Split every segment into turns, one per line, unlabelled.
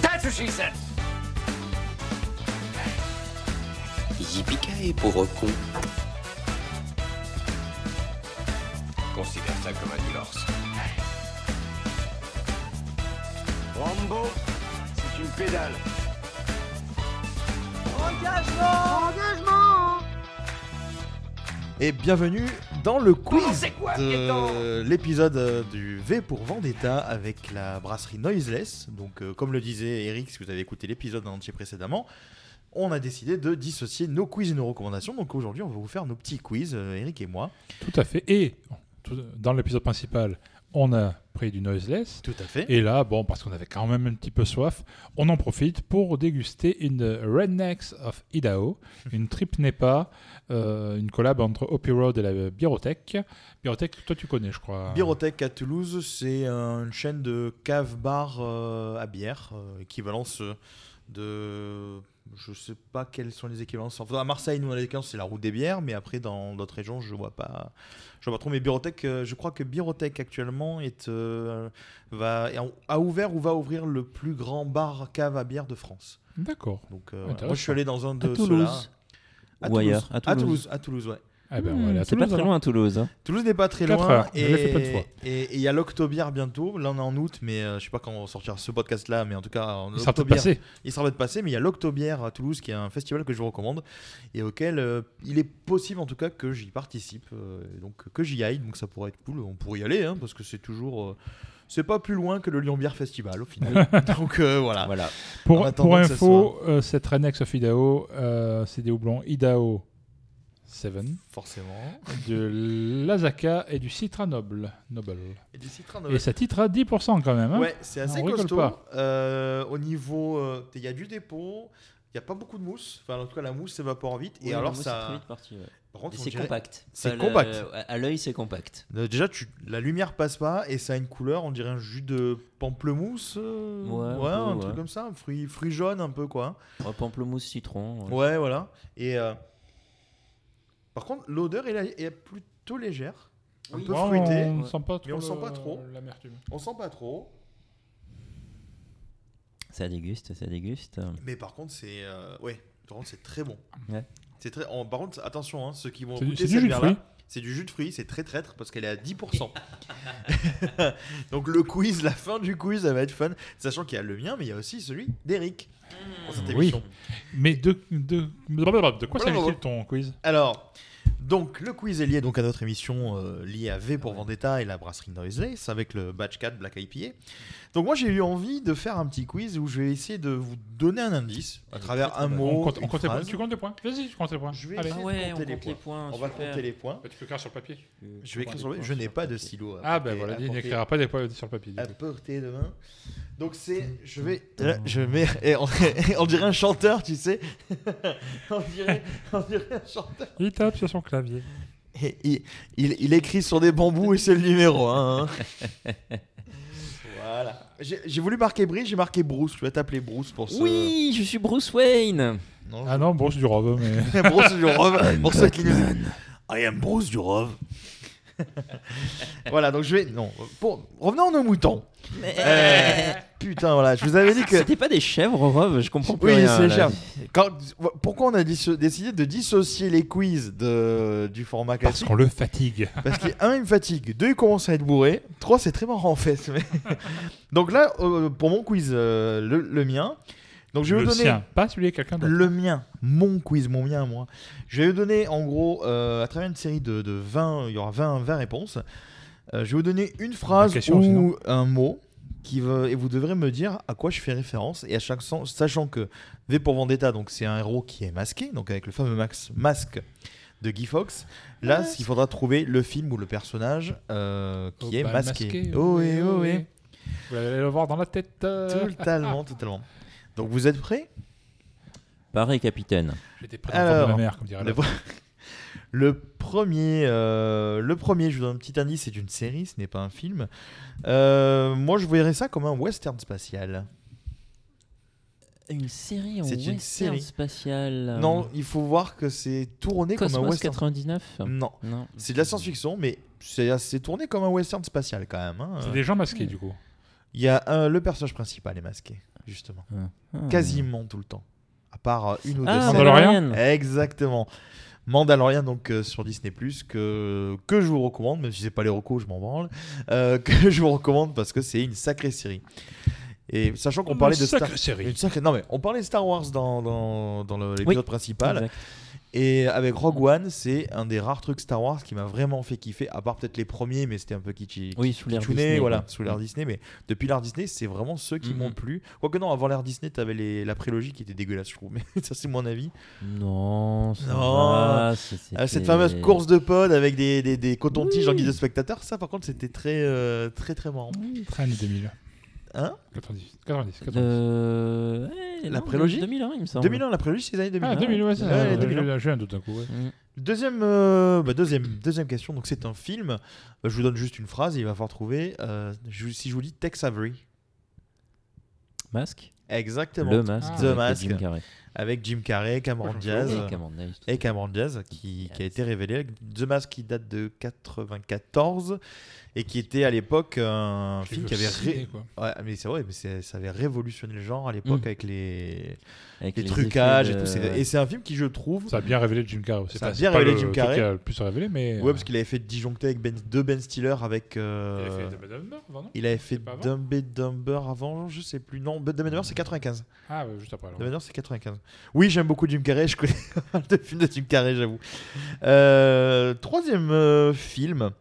That's what she said
Yippee pauvre con.
Considère ça comme un divorce.
Rambo, c'est une pédale.
Engagement Engagement
Et bienvenue dans hein. le quiz
Ah,
de l'épisode du V pour Vendetta avec la brasserie Noiseless. Donc, euh, comme le disait Eric, si vous avez écouté l'épisode en entier précédemment, on a décidé de dissocier nos quiz et nos recommandations. Donc aujourd'hui, on va vous faire nos petits quiz, euh, Eric et moi.
Tout à fait. Et tout- dans l'épisode principal, on a pris du noiseless.
Tout à fait.
Et là, bon, parce qu'on avait quand même un petit peu soif, on en profite pour déguster une Rednecks of Idaho, une trip Nepa, euh, une collab entre Hopi Road et la Birothèque. Birothèque, toi tu connais, je crois.
Birothèque à Toulouse, c'est euh, une chaîne de cave-bar à bière, euh, équivalence euh, de. Je sais pas quelles sont les équivalences. Enfin, à Marseille, nous, on a l'équivalence, c'est la route des bières, mais après, dans d'autres régions, je vois pas. Je vois pas trop. Mais Birothèque, euh, je crois que Birothèque actuellement est, euh, va, a ouvert ou va ouvrir le plus grand bar cave à bière de France.
D'accord.
Donc, euh,
Intéressant.
moi, je suis allé dans un de
À Toulouse.
ceux-là. À
Ou
Toulouse.
ailleurs, à
À
Toulouse.
Toulouse, à Toulouse, ouais.
Eh ben, on va aller à
Hmm, c'est pas
Toulouse,
très
alors.
loin à Toulouse. hein.
Toulouse n'est pas très
Quatre
loin.
heures. Je l'ai fait plein de
Et
fois.
et- et il y a l'Octobière bientôt. Là, on est en août, mais euh, je sais pas quand on sortira ce podcast-là. Mais en tout cas, en
Il sera peut-être
l'Octobière-
passé.
Il sera peut-être passé, mais il y a l'Octobière à Toulouse qui est un festival que je vous recommande et auquel euh, il est possible en tout cas que j'y participe. euh, et donc que j'y aille. Donc ça pourrait être cool. On pourrait y aller hein, parce que c'est toujours. euh, c'est pas plus loin que le Lyon-Bière Festival au final. donc euh, voilà.
Voilà.
En
Pour,
attendant
pour
que ça
info, euh, cette Rednecks of Idaho, euh, c'est des houblons Idaho 7,
Forcément.
de l'Azaka et du Citra Noble. Noble.
Et du Citra
Et ça titre à 10% quand même. hein.
Ouais, c'est assez
On rigole
costaud.
pas.
Euh, au niveau, euh, il y a du dépôt, il y a pas beaucoup de mousse. Enfin, en tout cas, la mousse s'évapore vite.
Oui,
et alors,
moi, c'est
ça.
très vite parti, ouais.
Par contre,
Et
on
c'est
dirait-
compact.
C'est
Enfin, le-
compact.
à l'œil, c'est compact.
Euh, Déjà, tu... la lumière passe pas et ça a une couleur, on dirait un jus de pamplemousse. euh,
Ouais, un peu,
un
ouais.
truc comme ça, un fruit, fruit jaune un peu quoi.
Ouais, pamplemousse citron. ouais.
Ouais, voilà. Et euh, par contre, l'odeur elle est, est plutôt légère, un
Oui.
peu
Ouais,
fruitée.
On sent pas trop.
Mais on
le-
sent pas trop.
L'amertume.
On sent pas trop.
Ça déguste, ça déguste.
Mais par contre, c'est euh, ouais, par contre, c'est très bon.
Ouais.
C'est très. en- par contre, attention, hein, ceux qui vont
C'est du-
goûter
c'est du
cette
jus de
bière-là,
fruits.
c'est du jus de fruits. C'est très traître parce qu'elle est à 10%. Donc le quiz, la fin du quiz, elle va être fun, sachant qu'il y a le mien, mais il y a aussi celui d'Eric. Pour cette
Mmh. Oui.
émission.
Mais de, de, blablabla, de quoi s'agit-il ton quiz
Alors, donc le quiz est lié donc à notre émission euh, liée à V pour Vendetta et la brasserie Noiseless avec le Batch 4 Black IPA. Donc moi j'ai eu envie de faire un petit quiz où je vais essayer de vous donner un indice à travers un mot,
on compte, on
une
compte les points.
phrase.
Tu comptes les points Vas-y, tu comptes les points.
Je vais
Allez.
essayer
Ah
de
ouais, on
compter les
compte les points,
On va
super.
compter les points.
tu peux écrire sur le papier.
Je vais écrire sur le. Je n'ai pas de stylo. à
Ah ben
portée-
voilà,
à
il
portée-
n'écrira pas des points sur le papier. du
à
coup.
portée de main. Donc c'est, je vais, là, je mets, et on, on dirait un chanteur, tu sais, on, dirait, on dirait un chanteur.
Il tape sur son clavier.
Et il, il, il écrit sur des bambous et c'est le numéro hein. 1. voilà. J'ai j'ai voulu marquer Brice, j'ai marqué Bruce. Je vais t'appeler Bruce pour ce.
Oui, je suis Bruce Wayne.
Non,
Ah non, bon, c'est du rove, mais.
je- Bruce Durov. pour ceux qui nous écoutent. I am Bruce Durov. voilà, donc je vais. Non. Pour... Revenons à nos moutons.
Eh.
Euh, Putain, voilà. Je vous avais dit que.
C'était pas des chèvres, Rob Je comprends plus
Oui,
rien.
c'est
là.
cher. Quand, pourquoi on a disso- décidé de dissocier les quiz de, du format
Parce
classique
qu'on le fatigue.
Parce que, un, il me fatigue. Deux, il commence à être bourré. Trois, c'est très marrant en fait. Mais- Donc là, euh, pour mon quiz, euh, le, le mien. Donc je vais
le
vous donner
sien, pas celui de quelqu'un d'autre.
le mien, mon quiz, mon mien à moi. Je vais vous donner en gros, euh, à travers une série de, de 20, il y aura 20, 20 réponses. Euh, je vais vous donner une phrase
question,
ou
sinon.
un mot qui veut, et vous devrez me dire à quoi je fais référence. Et à chaque sens, sachant que V pour Vendetta, donc c'est un héros qui est masqué, donc avec le fameux max- masque de Guy Fox.
Ah,
Là, il faudra trouver le film ou le personnage euh, qui
Oh,
est
bah,
masqué.
masqué,
Oh, ohé,
ohé,
ohé.
ohé. Vous allez le voir dans la tête.
Totalement, totalement. Donc vous êtes prêts
Pareil, capitaine.
J'étais prêt dans le fond de ma mère, comme dirait
le,
l'autre.
le premier, euh, le premier, je vous donne un petit indice, c'est une série, ce n'est pas un film. Euh, moi, je verrais ça comme un western spatial.
Une série en
C'est une
western
série.
spatiale. euh,
Non, il faut voir que c'est tourné comme un
Cosmos
western.
99
Non,
Non.
c'est de la science-fiction, mais c'est c'est tourné comme un western spatial quand même. hein.
C'est des gens masqués, du coup.
Il y a un- le personnage principal est masqué, justement.
Ah.
Quasiment tout le temps. À part euh, une ou deux
Ah,
scènes.
Mandalorian.
Exactement. Mandalorian, donc euh, sur Disney, que, que je vous recommande, même si c'est pas les recos, je m'en branle. euh, que je vous recommande parce que c'est une sacrée série. Et sachant qu'on
Une
parlait de
sacrée
Star
série.
Une sacrée- Non, mais on parlait de Star Wars dans, dans, dans le- l'épisode
Oui,
principal.
exact.
Et avec Rogue One, c'est un des rares trucs Star Wars qui m'a vraiment fait kiffer, à part peut-être les premiers, mais c'était un peu kitschy.
Oui, sous l'ère
kitschouné,
Disney,
Voilà,
quoi.
sous l'ère
Mm.
Disney, mais depuis l'ère Disney, c'est vraiment ceux qui
Mhm.
m'ont plu. Quoique non, avant l'ère Disney, t'avais les... la prélogie qui était dégueulasse, je trouve, mais ça c'est mon avis.
Non, ça
Non,
va, c'est-
Euh, cette
c'était-
fameuse course de pod avec des, des, des cotons-tiges en guise de spectateur, ça par contre c'était très, euh, très très marrant.
Train 2000.
Hein
90. 90. 90.
Euh, eh,
La
non,
prélogie
2001, il me semble.
2001, la prélogie c'est les années 2000.
Ah, 2000, ouais, c'est ça.
Ouais, les 2000.
J'ai- J'ai un doute d'un coup. ouais.
Deuxième, euh, bah, deuxième, deuxième question, donc c'est un film. Euh, Je vous donne juste une phrase, il va falloir trouver. euh, je- si je vous dis Tex Avery.
Masque
Exactement.
Le Masque
The
avec
Mask.
Jim Carrey.
Avec Jim Carrey, Cameron Diaz. euh,
Et Cameron Diaz, tout
Et Cameron Diaz, qui, qui a été révélé. The Mask qui date de 94 et qui était à l'époque un
Je l'ai
film
vu
qui
au
avait.
ciné, quoi.
Ouais, mais c'est vrai, mais c'est- ça avait révolutionné le genre à l'époque
Mm.
avec les,
Avec
les,
les
trucages
effets
et
de-
tout. C'est- Et c'est un film qui, je trouve.
Ça a bien révélé Jim Carrey. C'est
Ça a
pas-
bien
c'est pas
révélé
le
Jim
truc
Carrey.
qui a le plus révélé, mais. euh,
Ouais, parce qu'il avait fait disjoncter avec Ben- deux Ben Stiller avec. euh,
Il avait fait Dumb and Dumber avant, non
il avait fait
C'était pas avant
Dumb and Dumber avant, je sais plus. Non, Ben, Dumb and Dumber c'est 95.
Ah, ouais, juste après. alors.
Dumb and Dumber c'est 95. Oui, j'aime beaucoup Jim Carrey, je connais pas mal de films de Jim Carrey, j'avoue. Euh, troisième euh, film.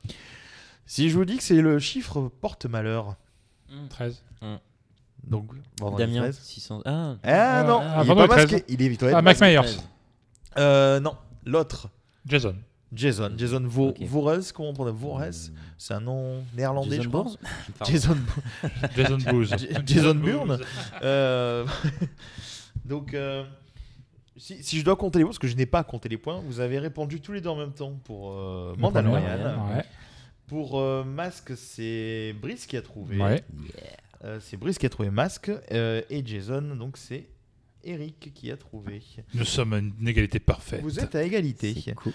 Si je vous dis que c'est le chiffre porte-malheur,
13.
donc vendredi
Damien,
13.
600. Ah,
Ah
Euh,
non, il est
ah,
pas
vendredi 13.
masqué, il est vite.
Ah, Mike Myers.
Euh, non, l'autre.
Jason.
Jason, Jason Vo
Ok. Mm.
Voorhees, comment on prononce Voorhees C'est un nom néerlandais,
Mmh. Jason
je pense.
Bourne Pardon.
Jason,
Jason Bourne.
J- Jason Bourne. Euh, Donc, euh, si, si je dois compter les points, parce que je n'ai pas compté les points, vous avez répondu tous les deux en même temps pour euh, Mandalorian.
Ouais.
Pour euh, Masque, c'est Brice qui a trouvé.
Ouais.
Euh, c'est Brice qui a trouvé Masque. euh, et Jason, donc c'est Eric qui a trouvé.
Nous sommes à une égalité parfaite.
Vous êtes à égalité.
C'est cool.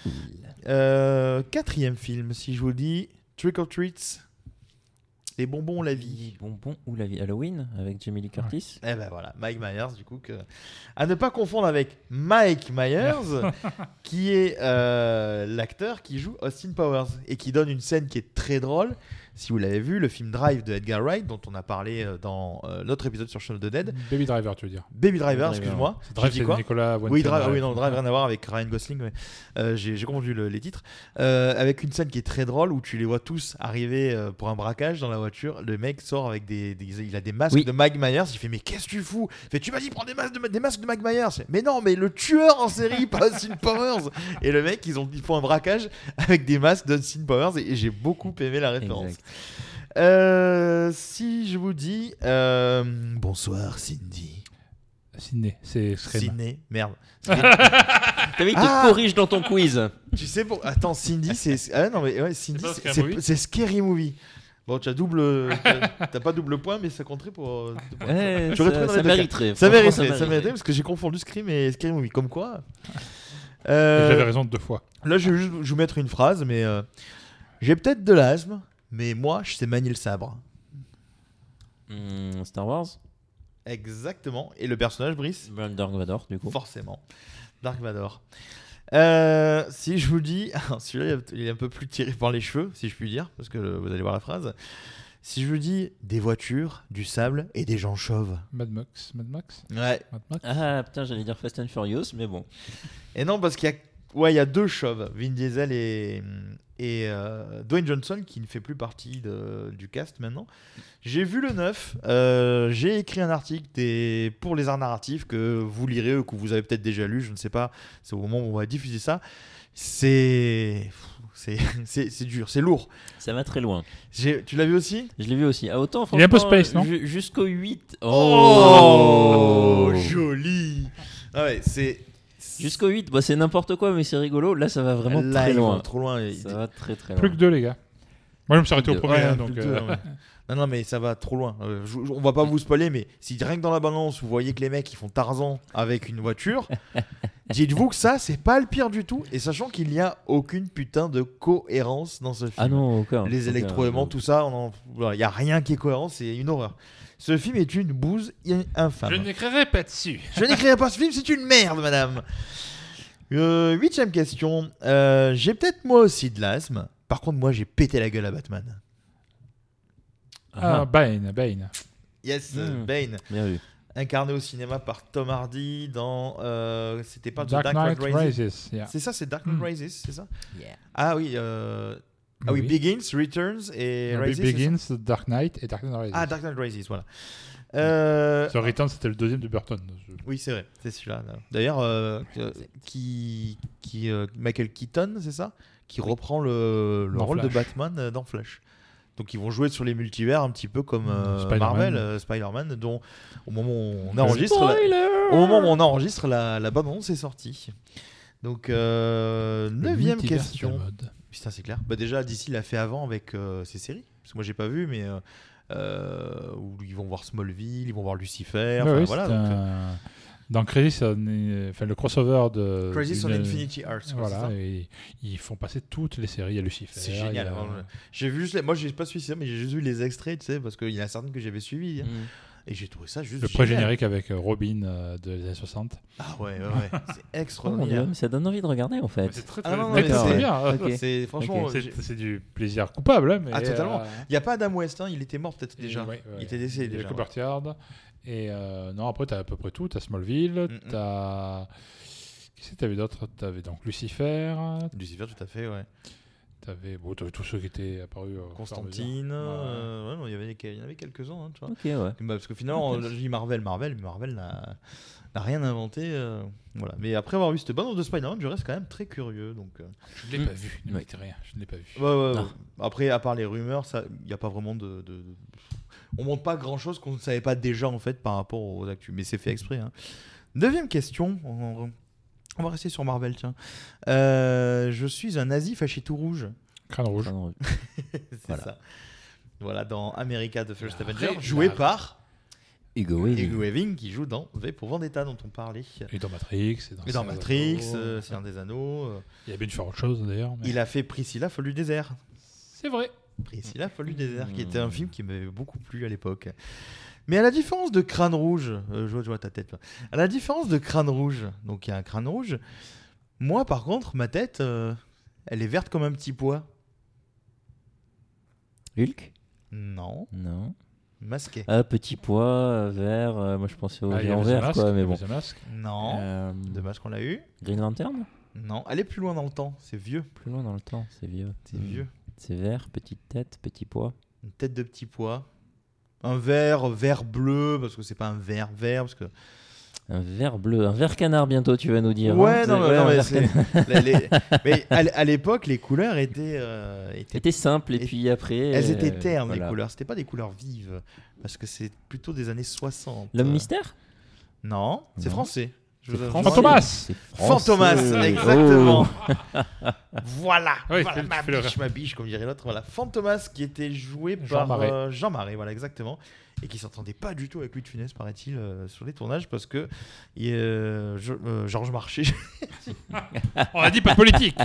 Euh, quatrième film, si je vous dis Trick or Treats, Les bonbons, la vie.
Bonbon ou la vie Halloween avec Jamie Lee Curtis
Eh ben voilà, Mike Myers, du coup, que... à ne pas confondre avec Mike Myers, qui est euh, l'acteur qui joue Austin Powers et qui donne une scène qui est très drôle. Si vous l'avez vu, le film Drive de Edgar Wright, dont on a parlé euh, dans euh, notre épisode sur Shaun of the Dead.
Baby Driver, tu veux dire.
Baby Driver,
Driver.
excuse-moi.
C'est
J'ai
Drive,
dit
c'est
quoi
Nicolas euh, Winton
oui, Drive, ah
Drive.
oui, non, Drive, rien à voir avec Ryan Gosling, mais euh, j'ai j'ai confondu le- les titres. Euh, avec une scène qui est très drôle où tu les vois tous arriver euh, pour un braquage dans la voiture. Le mec sort avec des. des- il a des masques
Oui.
de Mike Myers. Il fait Mais qu'est-ce que tu fous Il fait Tu m'as dit prends des masques de, des masques de Mike Myers. Mais non, mais le tueur en série, pas Austin Powers. Et le mec, ils, ont, ils font un braquage avec des masques d'Austin Powers et, et j'ai beaucoup aimé la référence.
Exact.
Euh, si je vous dis. euh, bonsoir, Cindy.
Sydney, c'est Scream.
Sydney, merde.
T'as vu, il te
Ah
corrige dans ton quiz.
Tu sais pour attends Cindy c'est ah non mais ouais Cindy
C'est
c'est
pas Scary
c'est-
Movie
c'est scary movie. Bon tu as double t'as t'as pas double point mais ça compterait pour euh, deux points.
Ouais,
J'aurais
ça,
trouvé dans
ça
les deux cas.
mériterait.
Ça
Franchement,
mériterait, ça mériterait parce que j'ai confondu Scream et Scary Movie comme quoi. Euh,
J'avais raison deux fois.
là je vais juste vous mettre une phrase mais euh, j'ai peut-être de l'asthme mais moi je sais manier le sabre.
Hmm, Star Wars
Exactement et le personnage Brice
Brand Dark Vador, du coup.
forcément Dark Vador. Euh, si je vous dis, alors, celui-là il est un peu plus tiré par les cheveux, si je puis dire, parce que euh, vous allez voir la phrase. Si je vous dis des voitures, du sable et des gens chauves.
Mad Max. Mad Max.
Ouais.
Mad Max.
Ah putain, j'allais dire Fast and Furious, mais bon.
Et non, parce qu'il y a, ouais, il y a deux chauves, Vin Diesel et et euh, Dwayne Johnson qui ne fait plus partie de- du cast maintenant. J'ai vu le 9, euh, j'ai écrit un article des, pour les arts narratifs que vous lirez ou que vous avez peut-être déjà lu, je ne sais pas, c'est au moment où on va diffuser ça. C'est C'est- C'est c'est dur, c'est lourd.
Ça va très loin.
Tu l'as vu aussi
Je l'ai vu aussi. Ah, autant,
Il est un peu
franchement,
space, non
ju- Jusqu'au 8.
Oh, joli Ah ouais, c'est.
Jusqu'au 8, bah, c'est n'importe quoi, mais c'est rigolo. Là, ça va vraiment
Là,
très
ils vont
loin.
Trop loin.
Ça va très très loin.
Plus que deux, les gars. Moi, je me suis arrêté au
Deux.
premier.
Ouais,
hein,
plus
donc,
que
euh,
deux, ouais. Non, non, mais ça va trop loin. Euh, je- je- on va pas vous spoiler, mais si rien que dans la balance, vous voyez que les mecs ils font Tarzan avec une voiture, dites-vous que ça, c'est pas le pire du tout. Et sachant qu'il n'y a aucune putain de cohérence dans ce film.
Ah non, aucun.
Les
Aucun.
électroaimants, tout ça, il en... voilà, y a rien qui est cohérent, c'est une horreur. Ce film est une bouse in- infâme.
Je n'écrirai pas dessus.
Je n'écrirai pas ce film, c'est une merde, madame. Euh, huitième question. Euh, j'ai peut-être moi aussi de l'asthme. Par contre, moi, j'ai pété la gueule à Batman.
Ah,
Ah.
Bane, Bane.
Yes,
Hmm.
euh, Bane.
Bien vu.
Incarné au cinéma par Tom Hardy dans. euh, C'était pas The
Dark Knight
Rises.
Rises. yeah.
C'est ça, c'est Dark Knight
Hmm.
Rises, c'est ça
Yeah.
Ah oui. euh, Ah oui,
Oui.
Begins, Returns et
Donc,
Rises. c'est ça
Begins, Dark Knight et Dark Knight Rises.
Ah, Dark Knight Rises, voilà. Euh,
The Return, c'était le deuxième de Burton. Je-
Oui, c'est vrai, c'est celui-là. là. D'ailleurs, euh, euh, qui, qui, euh, Michael Keaton, c'est ça Qui reprend le, le
Dans
rôle de
Flash.
Batman euh, dans Flash. Donc ils vont jouer sur les multivers un petit peu comme euh,
Hmm, Spider-Man.
Marvel, euh, Spider-Man, dont au moment où on enregistre, la, au moment où on enregistre la, la bande-annonce est sortie. Donc euh,
Le
neuvième
multivers,
question.
c'est la mode.
Putain, c'est clair. Bah déjà, DC l'a fait avant avec euh, ses séries. Parce que moi, j'ai pas vu, mais euh, euh, où ils vont voir Smallville, ils vont voir Lucifer.
Ouais,
enfin,
ouais,
voilà.
c'est
donc, euh,
un- Dans Crisis, on est- enfin, le crossover de.
euh, Crisis on
d'une-
Infinity Earth. quoi, c'est ça
Voilà, et ils font passer toutes les séries. Il y a Lucifer.
C'est
il y a-
génial. vraiment. J'ai vu juste les- Moi, j'ai pas suivi ça, mais j'ai juste vu les extraits, tu sais, parce qu'il y en a certaines que j'avais suivies. hein.
Mm.
Et j'ai trouvé ça juste.
Le
génial.
pré-générique avec euh, Robin euh, des années 60.
Ah ouais, ouais, ouais. C'est
Oh mon dieu,
extraordinaire.
mais ça donne envie de regarder en fait.
C'est très,
Ah non, non,
très,
mais
très, très
c'est-
bien.
Ok.
C'est franchement.
Ok.
Oh, j'ai-
C'est c'est du plaisir coupable. hein, Mais,
Ah, totalement.
euh,
Il n'y a pas Adam West, hein, il était mort peut-être déjà.
Ouais, ouais.
Il était décédé
Il y a
déjà.
Cooper Yard. Et euh, non, après, t'as à peu près tout. T'as Smallville,
Mm, mm.
t'as. Qu'est-ce que t'avais d'autre T'avais donc Lucifer,
Lucifer, tout à fait, ouais.
t'avais bon, t'avais tous ceux qui étaient apparus. euh, au fur et à
Constantine.
mesure. Ouais.
euh, ouais, non, il y avait- il y en avait quelques-uns, hein, tu vois.
Ok, ouais.
Bah, parce que finalement, on dit Marvel, Marvel, mais Marvel n'a n'a rien inventé. euh, voilà. Mais après avoir vu cette bande de Spider-Man, je reste quand même très curieux. Donc, euh,
Je ne l'ai
Mm.
pas vu, ne
Ouais.
me dites rien, je ne l'ai pas vu.
Ouais, ouais, ouais. Après, à part les rumeurs, il n'y a pas vraiment de. de- de- On montre pas grand chose qu'on ne savait pas déjà en fait par rapport aux actus, mais c'est fait exprès. hein. Deuxième question, on, on va rester sur Marvel, tiens. Euh, je suis un nazi fâché tout rouge.
Crâne rouge.
Pardon.
c'est
Voilà.
ça. Voilà, dans America The First
La
Avenger,
ré-
joué
la-
par
Hugo Weaving.
Hugo Weaving qui joue dans V pour Vendetta dont on parlait.
Et dans Matrix. Et dans,
Et dans
Star Wars.
Matrix, euh, Seigneur des Anneaux. euh,
Il y a bien faire autre chose d'ailleurs. mais-
Il a fait Priscilla, Folle du désert.
C'est vrai.
Priscilla, Folle du désert, qui
Mm.
était un film qui m'avait beaucoup plu à l'époque. Mais à la différence de Crâne Rouge, euh, je, vois, je vois ta tête là. À la différence de Crâne Rouge, donc il y a un Crâne Rouge, moi par contre, ma tête, euh, elle est verte comme un petit pois.
Hulk
Non,
Non.
masqué.
Ah, petit pois, euh, vert. euh, moi je pensais au
Ah, il y
géant
avait The
vert,
Mask,
quoi,
il y
mais
avait
bon.
The Mask.
Non,
Euh,
dommage qu'on l'a eu.
Green Lantern
Non, elle est plus loin dans le temps, c'est vieux.
Plus loin dans le temps, c'est vieux.
C'est
Mm.
vieux.
C'est vert, petite tête, petit pois.
Hmm. Une tête de petit pois. Un vert, vert bleu, parce que c'est pas un vert vert, parce que
Un vert bleu, un vert canard bientôt, tu vas nous dire.
Ouais,
hein.
non, mais-
un
non, mais
vert
c'est-
canard.
la- les- mais à l- à l'époque, les couleurs étaient, euh, étaient-
C'était simple, et
Et-
puis après.
elles étaient
euh,
ternes
voilà.
les couleurs. C'était pas des couleurs vives parce que c'est plutôt des années 60.
L'homme
Euh,
mystère
Non, c'est
Non.
français. Je vous-
Français.
Fantomas
C'est français.
Fantomas, exactement.
Oh.
Voilà,
Ouais,
voilà,
tu
ma,
fais le
biche, ma biche, comme dirait l'autre. Voilà, Fantomas qui était joué
Jean
par
Marais.
euh, Jean Marais, voilà exactement, et qui s'entendait pas du tout avec Louis de Funès, paraît-il, euh, sur les tournages parce que il, euh, je- euh, Georges Marchais,
On a dit pas de politique.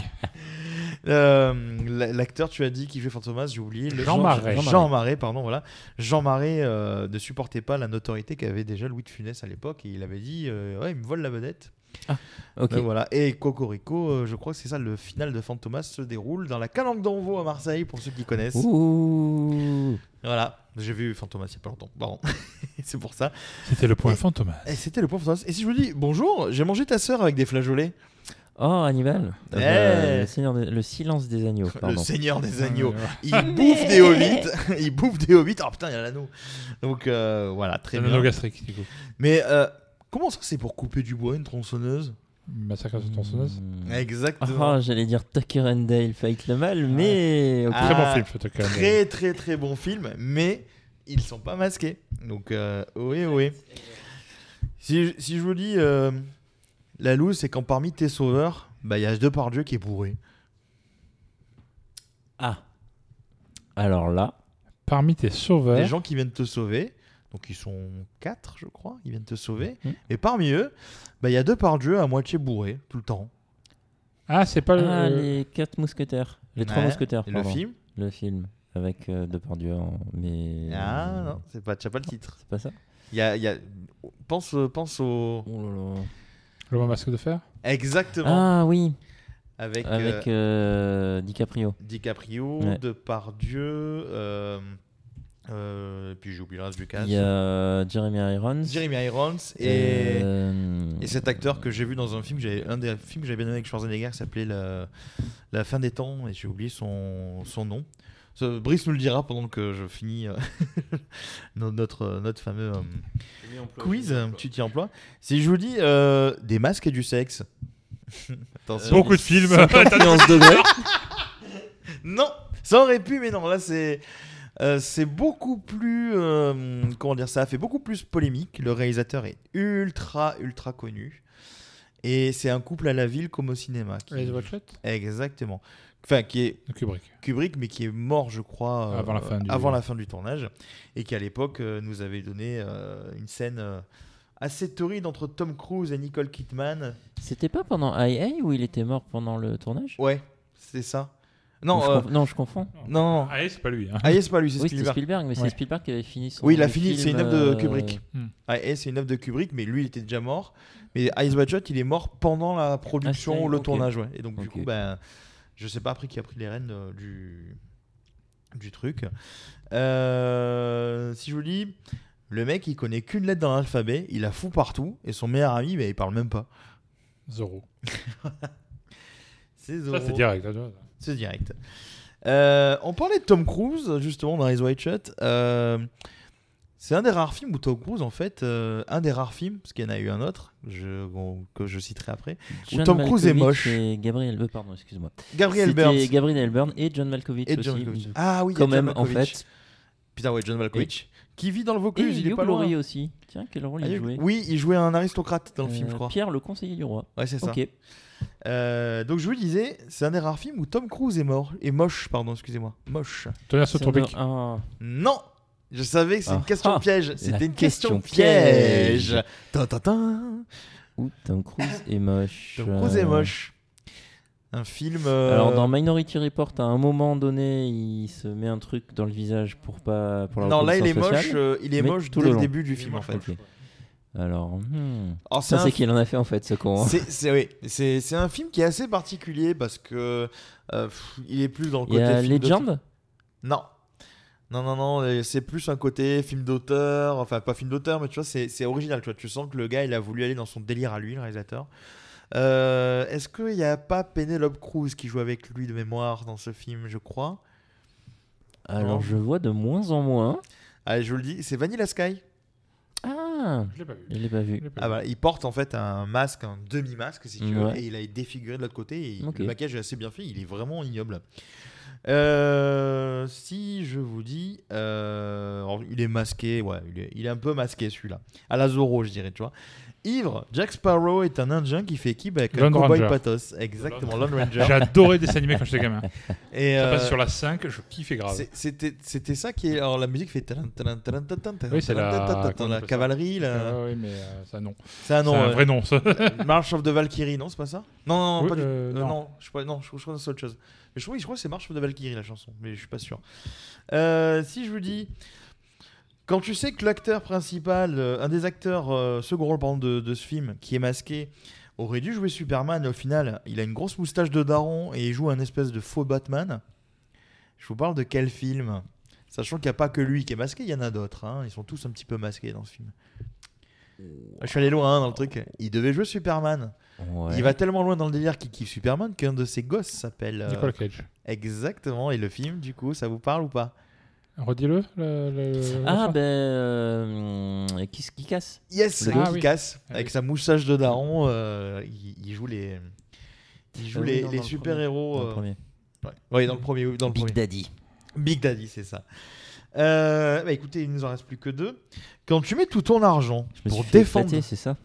Euh, l- L'acteur, tu as dit qui jouait Fantomas, j'ai oublié. Le
Jean Marais.
Jean, Jean Marais, pardon, voilà. Jean Marais euh, ne supportait pas la notoriété qu'avait déjà Louis de Funès à l'époque et il avait dit euh, Ouais, il me vole la vedette.
Oh. Ok.
Donc Euh, voilà. Et Cocorico, euh, je crois que c'est ça, le final de Fantomas se déroule dans la Calanque d'Envaux à Marseille, pour ceux qui connaissent.
Ouh.
Voilà. J'ai vu Fantomas il y a pas longtemps, pardon. c'est pour ça.
C'était le point
Et-
Fantomas.
Et c'était le point Fantomas. Et si je vous dis Bonjour, j'ai mangé ta sœur avec des flageolets.
Oh, Hannibal.
Eh.
Euh, le, Seigneur des- le silence des agneaux,
Le
pardon. Ah,
seigneur des agneaux.
Ouais, ouais.
Il bouffe des hobbits. il bouffe des hobbits. Oh putain, il y a l'anneau. Donc euh, voilà, très
Le
bien.
nanogastrique, du coup.
Mais euh, comment ça c'est pour couper du bois une tronçonneuse
Massacre à la
Hmm.
tronçonneuse
Exactement.
Ah, j'allais dire Tucker and Dale fight le mal, mais.
Ah, très bon film, Tucker and Dale.
Très, très, très bon film, mais ils sont pas masqués. Donc, euh, oui, oui. Si, je- si je vous dis, euh, la loose, c'est quand parmi tes sauveurs, bah, il y a Depardieu qui est bourré.
Ah. Alors là.
Parmi tes sauveurs.
Des gens qui viennent te sauver. Donc, ils sont quatre, je crois. Ils viennent te sauver.
Mm.
Et parmi eux, bah, il y a Depardieu à moitié bourré, tout le temps.
Ah, c'est pas le.
Ah, les quatre mousquetaires. Les trois
Ouais,
mousquetaires,
et le
pardon.
film
Le film. Avec euh, Depardieu. en- Mais. euh,
Ah, non, c'est pas, t'as pas le titre.
C'est pas ça
Il y a, il y a- pense, pense au.
Oh
Le bon masque de fer
Exactement.
Ah oui.
Avec,
Avec
euh,
euh, DiCaprio.
DiCaprio,
Ouais.
Depardieu, euh, euh, puis j'ai oublié le reste du cast.
Il y a Jeremy Irons.
Jeremy Irons et,
Euh,
et cet acteur que j'ai vu dans un film, que j'avais- un des films que j'avais bien aimé avec Schwarzenegger qui s'appelait la, La fin des temps et j'ai oublié son, son nom. Ce- Brice nous le dira pendant que je finis euh, notre, notre, notre fameux euh, quiz. Tu t'y emploies. Si je vous dis euh, des masques et du sexe. Attention.
Beaucoup de films.
51 degrés.
Non, ça aurait pu, mais non, là c'est. euh, c'est beaucoup plus. euh, comment dire Ça a fait beaucoup plus polémique. Le réalisateur est ultra, ultra connu. Et c'est un couple à la ville comme au cinéma. qui-
Les Watchett
Exactement. Enfin, qui est
Kubrick.
Kubrick, mais qui est mort, je crois, euh,
Avant la fin du-
avant la fin du tournage. Et qui, à l'époque, euh, nous avait donné euh, une scène euh, assez torride entre Tom Cruise et Nicole Kidman.
C'était pas pendant IA où il était mort pendant le tournage
Ouais, c'est ça.
Ou
Non,
je
euh,
conf- non, je confonds.
non, non.
Ah, c'est pas lui. Hein.
Ah, yes, c'est pas lui, c'est
Oui, c'était
Spielberg.
Spielberg, mais
Ouais.
c'est Spielberg qui avait fini son.
Oui, il a fini,
film,
c'est une œuvre de
euh,
Kubrick.
Hmm.
Ah, et c'est une œuvre de Kubrick, mais lui, il était déjà mort. Mais Ice Watch Out, il est mort pendant la production,
Ah, c'est-
le
ok.
tournage, ouais. Et donc, du
Ok.
coup, ben, je sais pas après qui a pris les rênes euh, du, du truc. Euh, si je vous dis, le mec, il connaît qu'une lettre dans l'alphabet, il la fout partout, et son meilleur ami, ben, il parle même pas.
Zorro.
C'est
Ça,
Zorro.
c'est direct. là, tu vois.
C'est direct. Euh, on parlait de Tom Cruise, justement, dans Eyes Wide Shut. Euh, c'est un des rares films où Tom Cruise, en fait, euh, un des rares films, parce qu'il y en a eu un autre, je- bon, que je citerai après,
John
où Tom Cruise est
Malkovich
moche.
et Gabriel. euh, pardon, excuse-moi.
Gabriel
C'était
Burns
Gabriel Byrne et John Malkovich
et
aussi.
John Malkovich. Ah oui, il y a
Quand
John
même, en
Malkovich.
fait.
Putain, ouais, John Malkovich. Qui vit dans le
Et
Vaucluse, il est
Hugh
pas loin. hein.
Laurie aussi. Tiens, quel rôle
Ah,
il
Hugh-
jouait
Oui, il jouait un aristocrate dans le film,
Euh,
je crois.
Pierre, le conseiller du roi.
Ouais, c'est ça.
Ok.
Euh, donc je vous disais, c'est un des rares films où Tom Cruise est mort. Et moche, pardon, excusez-moi. Moche.
Tonnerre
C'est
sous tropique.
un-
Non Je savais que c'est une
Ah.
question
Ah.
piège. C'était une question,
question
piège.
piège.
Tin, tin, tin.
Ouh, Tom Cruise est moche.
Tom Cruise est
Euh,
moche. Un film. euh,
Alors dans Minority Report, à un moment donné, il se met un truc dans le visage pour pas pour la
non, là il est
reconnaissance
moche.
faciale.
euh, il est
mais
moche
tout
dès
le
le
long.
début du
Il est
film en
moche,
fait.
Ok. Alors, hmm.
Alors c'est
ça
un,
c'est qu'il en a fait en fait ce con. hein.
c'est- c'est- oui, c'est- c'est un film qui est assez particulier parce que euh, pff, il est plus dans le
Il y
côté.
a
film d'auteur.
Legend
Non. Non, non, non, euh, c'est plus un côté film d'auteur, enfin pas film d'auteur, mais tu vois, c'est c'est original, tu vois, tu sens que le gars, il a voulu aller dans son délire à lui, le réalisateur. Euh, Est-ce qu'il n'y a pas Penelope Cruz qui joue avec lui de mémoire dans ce film, je crois
Alors je vois de moins en moins.
Allez, Ah, je vous le dis, c'est Vanilla Sky.
Ah,
Je l'ai pas vu.
je l'ai pas
Je
vu.
l'ai pas
Ah
vu.
bah, il porte en fait un masque, un demi-masque si tu veux,
Ouais.
et il a été défiguré de l'autre côté. Et
Ok.
Le maquillage est assez bien fait, il est vraiment ignoble. Euh, si je vous dis, euh, alors, il est masqué, ouais, il est, il est un peu masqué celui-là, à la Zorro je dirais, tu vois. Ivre, Jack Sparrow est un Indien qui fait équipe avec un
Lone
cowboy
Ranger.
patos, exactement, Lone Ranger.
J'ai adoré des dessins animés quand j'étais gamin.
Et
Ça
euh,
passe sur la 5, je kiffais grave.
c'est- c'était c'était ça qui est, alors la musique fait, talan, talan, talan, talan, talan,
Oui, c'est la-
talan, talan,
comment on
la
appelle ça
cavalerie, la-
Ah oui, mais euh, ça non. Euh,
c'est un
C'est
nom, hein,
un
ouais.
vrai nom, ça.
March of the Valkyrie, non, c'est pas ça Non, non, non,
Oui,
pas du
euh,
euh, non.
non.
je crois, non, je crois je crois que c'est autre chose. Mais je crois, je crois que c'est March of the Valkyrie la chanson, mais je suis pas sûr. Euh, si je vous dis, quand tu sais que l'acteur principal, euh, un des acteurs euh, second rôle par exemple, de, de ce film, qui est masqué, aurait dû jouer Superman, et au final, il a une grosse moustache de daron et il joue un espèce de faux Batman. Je vous parle de quel film Sachant qu'il n'y a pas que lui qui est masqué, il y en a d'autres. hein. Ils sont tous un petit peu masqués dans ce film. Je suis allé loin hein, dans le truc. Il devait jouer Superman.
Ouais.
Il va tellement loin dans le délire qu'il kiffe Superman qu'un de ses gosses s'appelle. euh,
Nicolas Cage.
Exactement. Et le film, du coup, ça vous parle ou pas
Redis-le. le- le-
Ah,
le-
bah,
ben. euh, hum, qui, qui casse
Yes,
Le
le
gars.
qui casse. Avec
Ah
sa moustache de daron, euh, il, il joue les, il joue
Euh, oui,
les,
non,
les
dans le
super-héros.
premier. Dans le premier.
euh, Ouais. Ouais, dans le premier. oui, dans le
Big
premier.
Daddy.
Big Daddy, c'est ça. Euh, bah écoutez, il nous en reste plus que deux. Quand tu mets tout ton argent
me
pour
suis fait
défendre.
éclater, c'est ça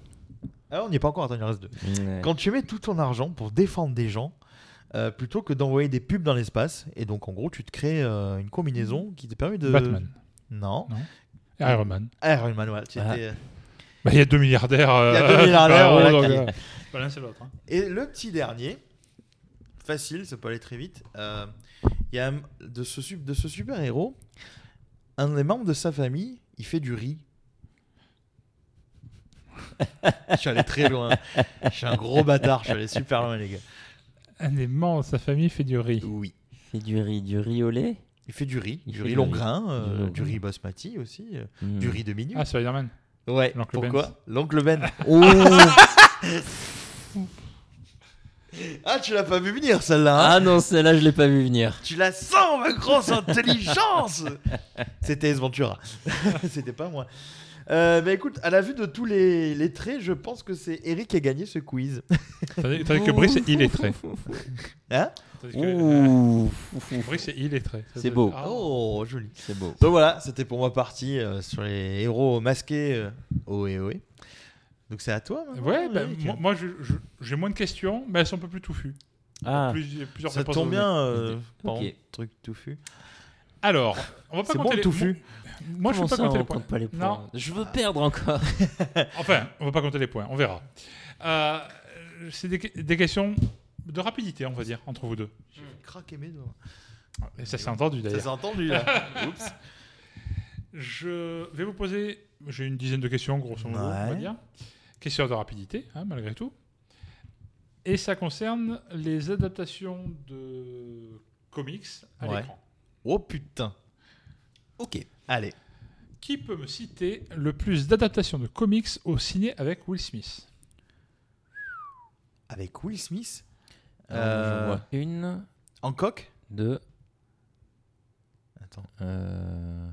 Ah, on n'y est pas encore, attends, il en reste deux.
Ouais.
Quand tu mets tout ton argent pour défendre des gens, euh, plutôt que d'envoyer des pubs dans l'espace, et donc en gros, tu te crées euh, une combinaison qui te permet de. Ah.
Batman.
Non.
Iron Man.
Iron Man, ouais, tu
Ah.
étais- euh,
Bah, il y a deux milliardaires.
Il
euh,
y a deux milliardaires,
super-héros,
voilà,
donc,
qui-
euh, pas l'un, c'est l'autre, hein.
Et le petit dernier, facile, ça peut aller très vite. euh, Il y a un- de ce, sup- de ce super héros, un des membres de sa famille, il fait du riz. je suis allé très loin. Je suis un gros bâtard. Je suis allé super loin, les gars.
Un des membres de sa famille fait du riz.
Oui.
C'est du riz, du riz au lait
Il fait du riz,
Il
du
fait
riz
du
long
riz.
grain, euh,
Du long
du
grain.
riz basmati aussi, euh,
Mm.
du riz de minute.
Ah, Spider-Man.
ouais.
l'oncle Benz.
Pourquoi L'oncle Ben. ah, tu l'as pas vu venir celle-là. hein
Ah non, celle-là, je l'ai pas vu venir.
Tu la sens, ma grosse intelligence C'était Ace Ventura. C'était pas moi. Euh, bah écoute, à la vue de tous les, les traits, je pense que c'est Eric qui a gagné ce quiz.
Tandis tandis que Brice est illettré.
Hein
Tandis que, euh,
Ouh.
Brice est illettré. Ça,
C'est beau.
Ah,
Oh, joli.
C'est beau.
Donc voilà, c'était pour moi parti euh, sur les héros masqués. euh, ohé, ohé. Donc c'est à toi maintenant,
Ouais, bah,
Eric.
moi, moi, je- je- j'ai moins de questions, mais elles sont un peu plus touffues.
Ah,
Plus- plusieurs
ça
réponses
tombe
à
bien.
donner.
euh, par
Ok.
Truc touffu.
Alors, on va pas
C'est
compter
bon,
les
touffu.
Moi, je
Comment
ne pas
ça,
compter
on
les points.
compte pas les points
Non.
Je veux perdre encore.
Enfin, on va pas compter les points, on verra. Euh, c'est des, des questions de rapidité, on va dire, entre vous deux.
Je vais craquer mes doigts.
Et ça s'est entendu
Ça s'est
d'ailleurs.
entendu là. Oups.
Je vais vous poser, j'ai une dizaine de questions, grosso modo, on va
Ouais.
dire. Question de rapidité, hein, malgré tout. Et ça concerne les adaptations de comics à
Ouais.
l'écran.
Oh putain.
Ok.
Allez.
Qui peut me citer le plus d'adaptations de comics au ciné avec Will Smith
Avec Will Smith
Alors,
Euh.
Je vois une,
en coque
deux.
Attends.
euh,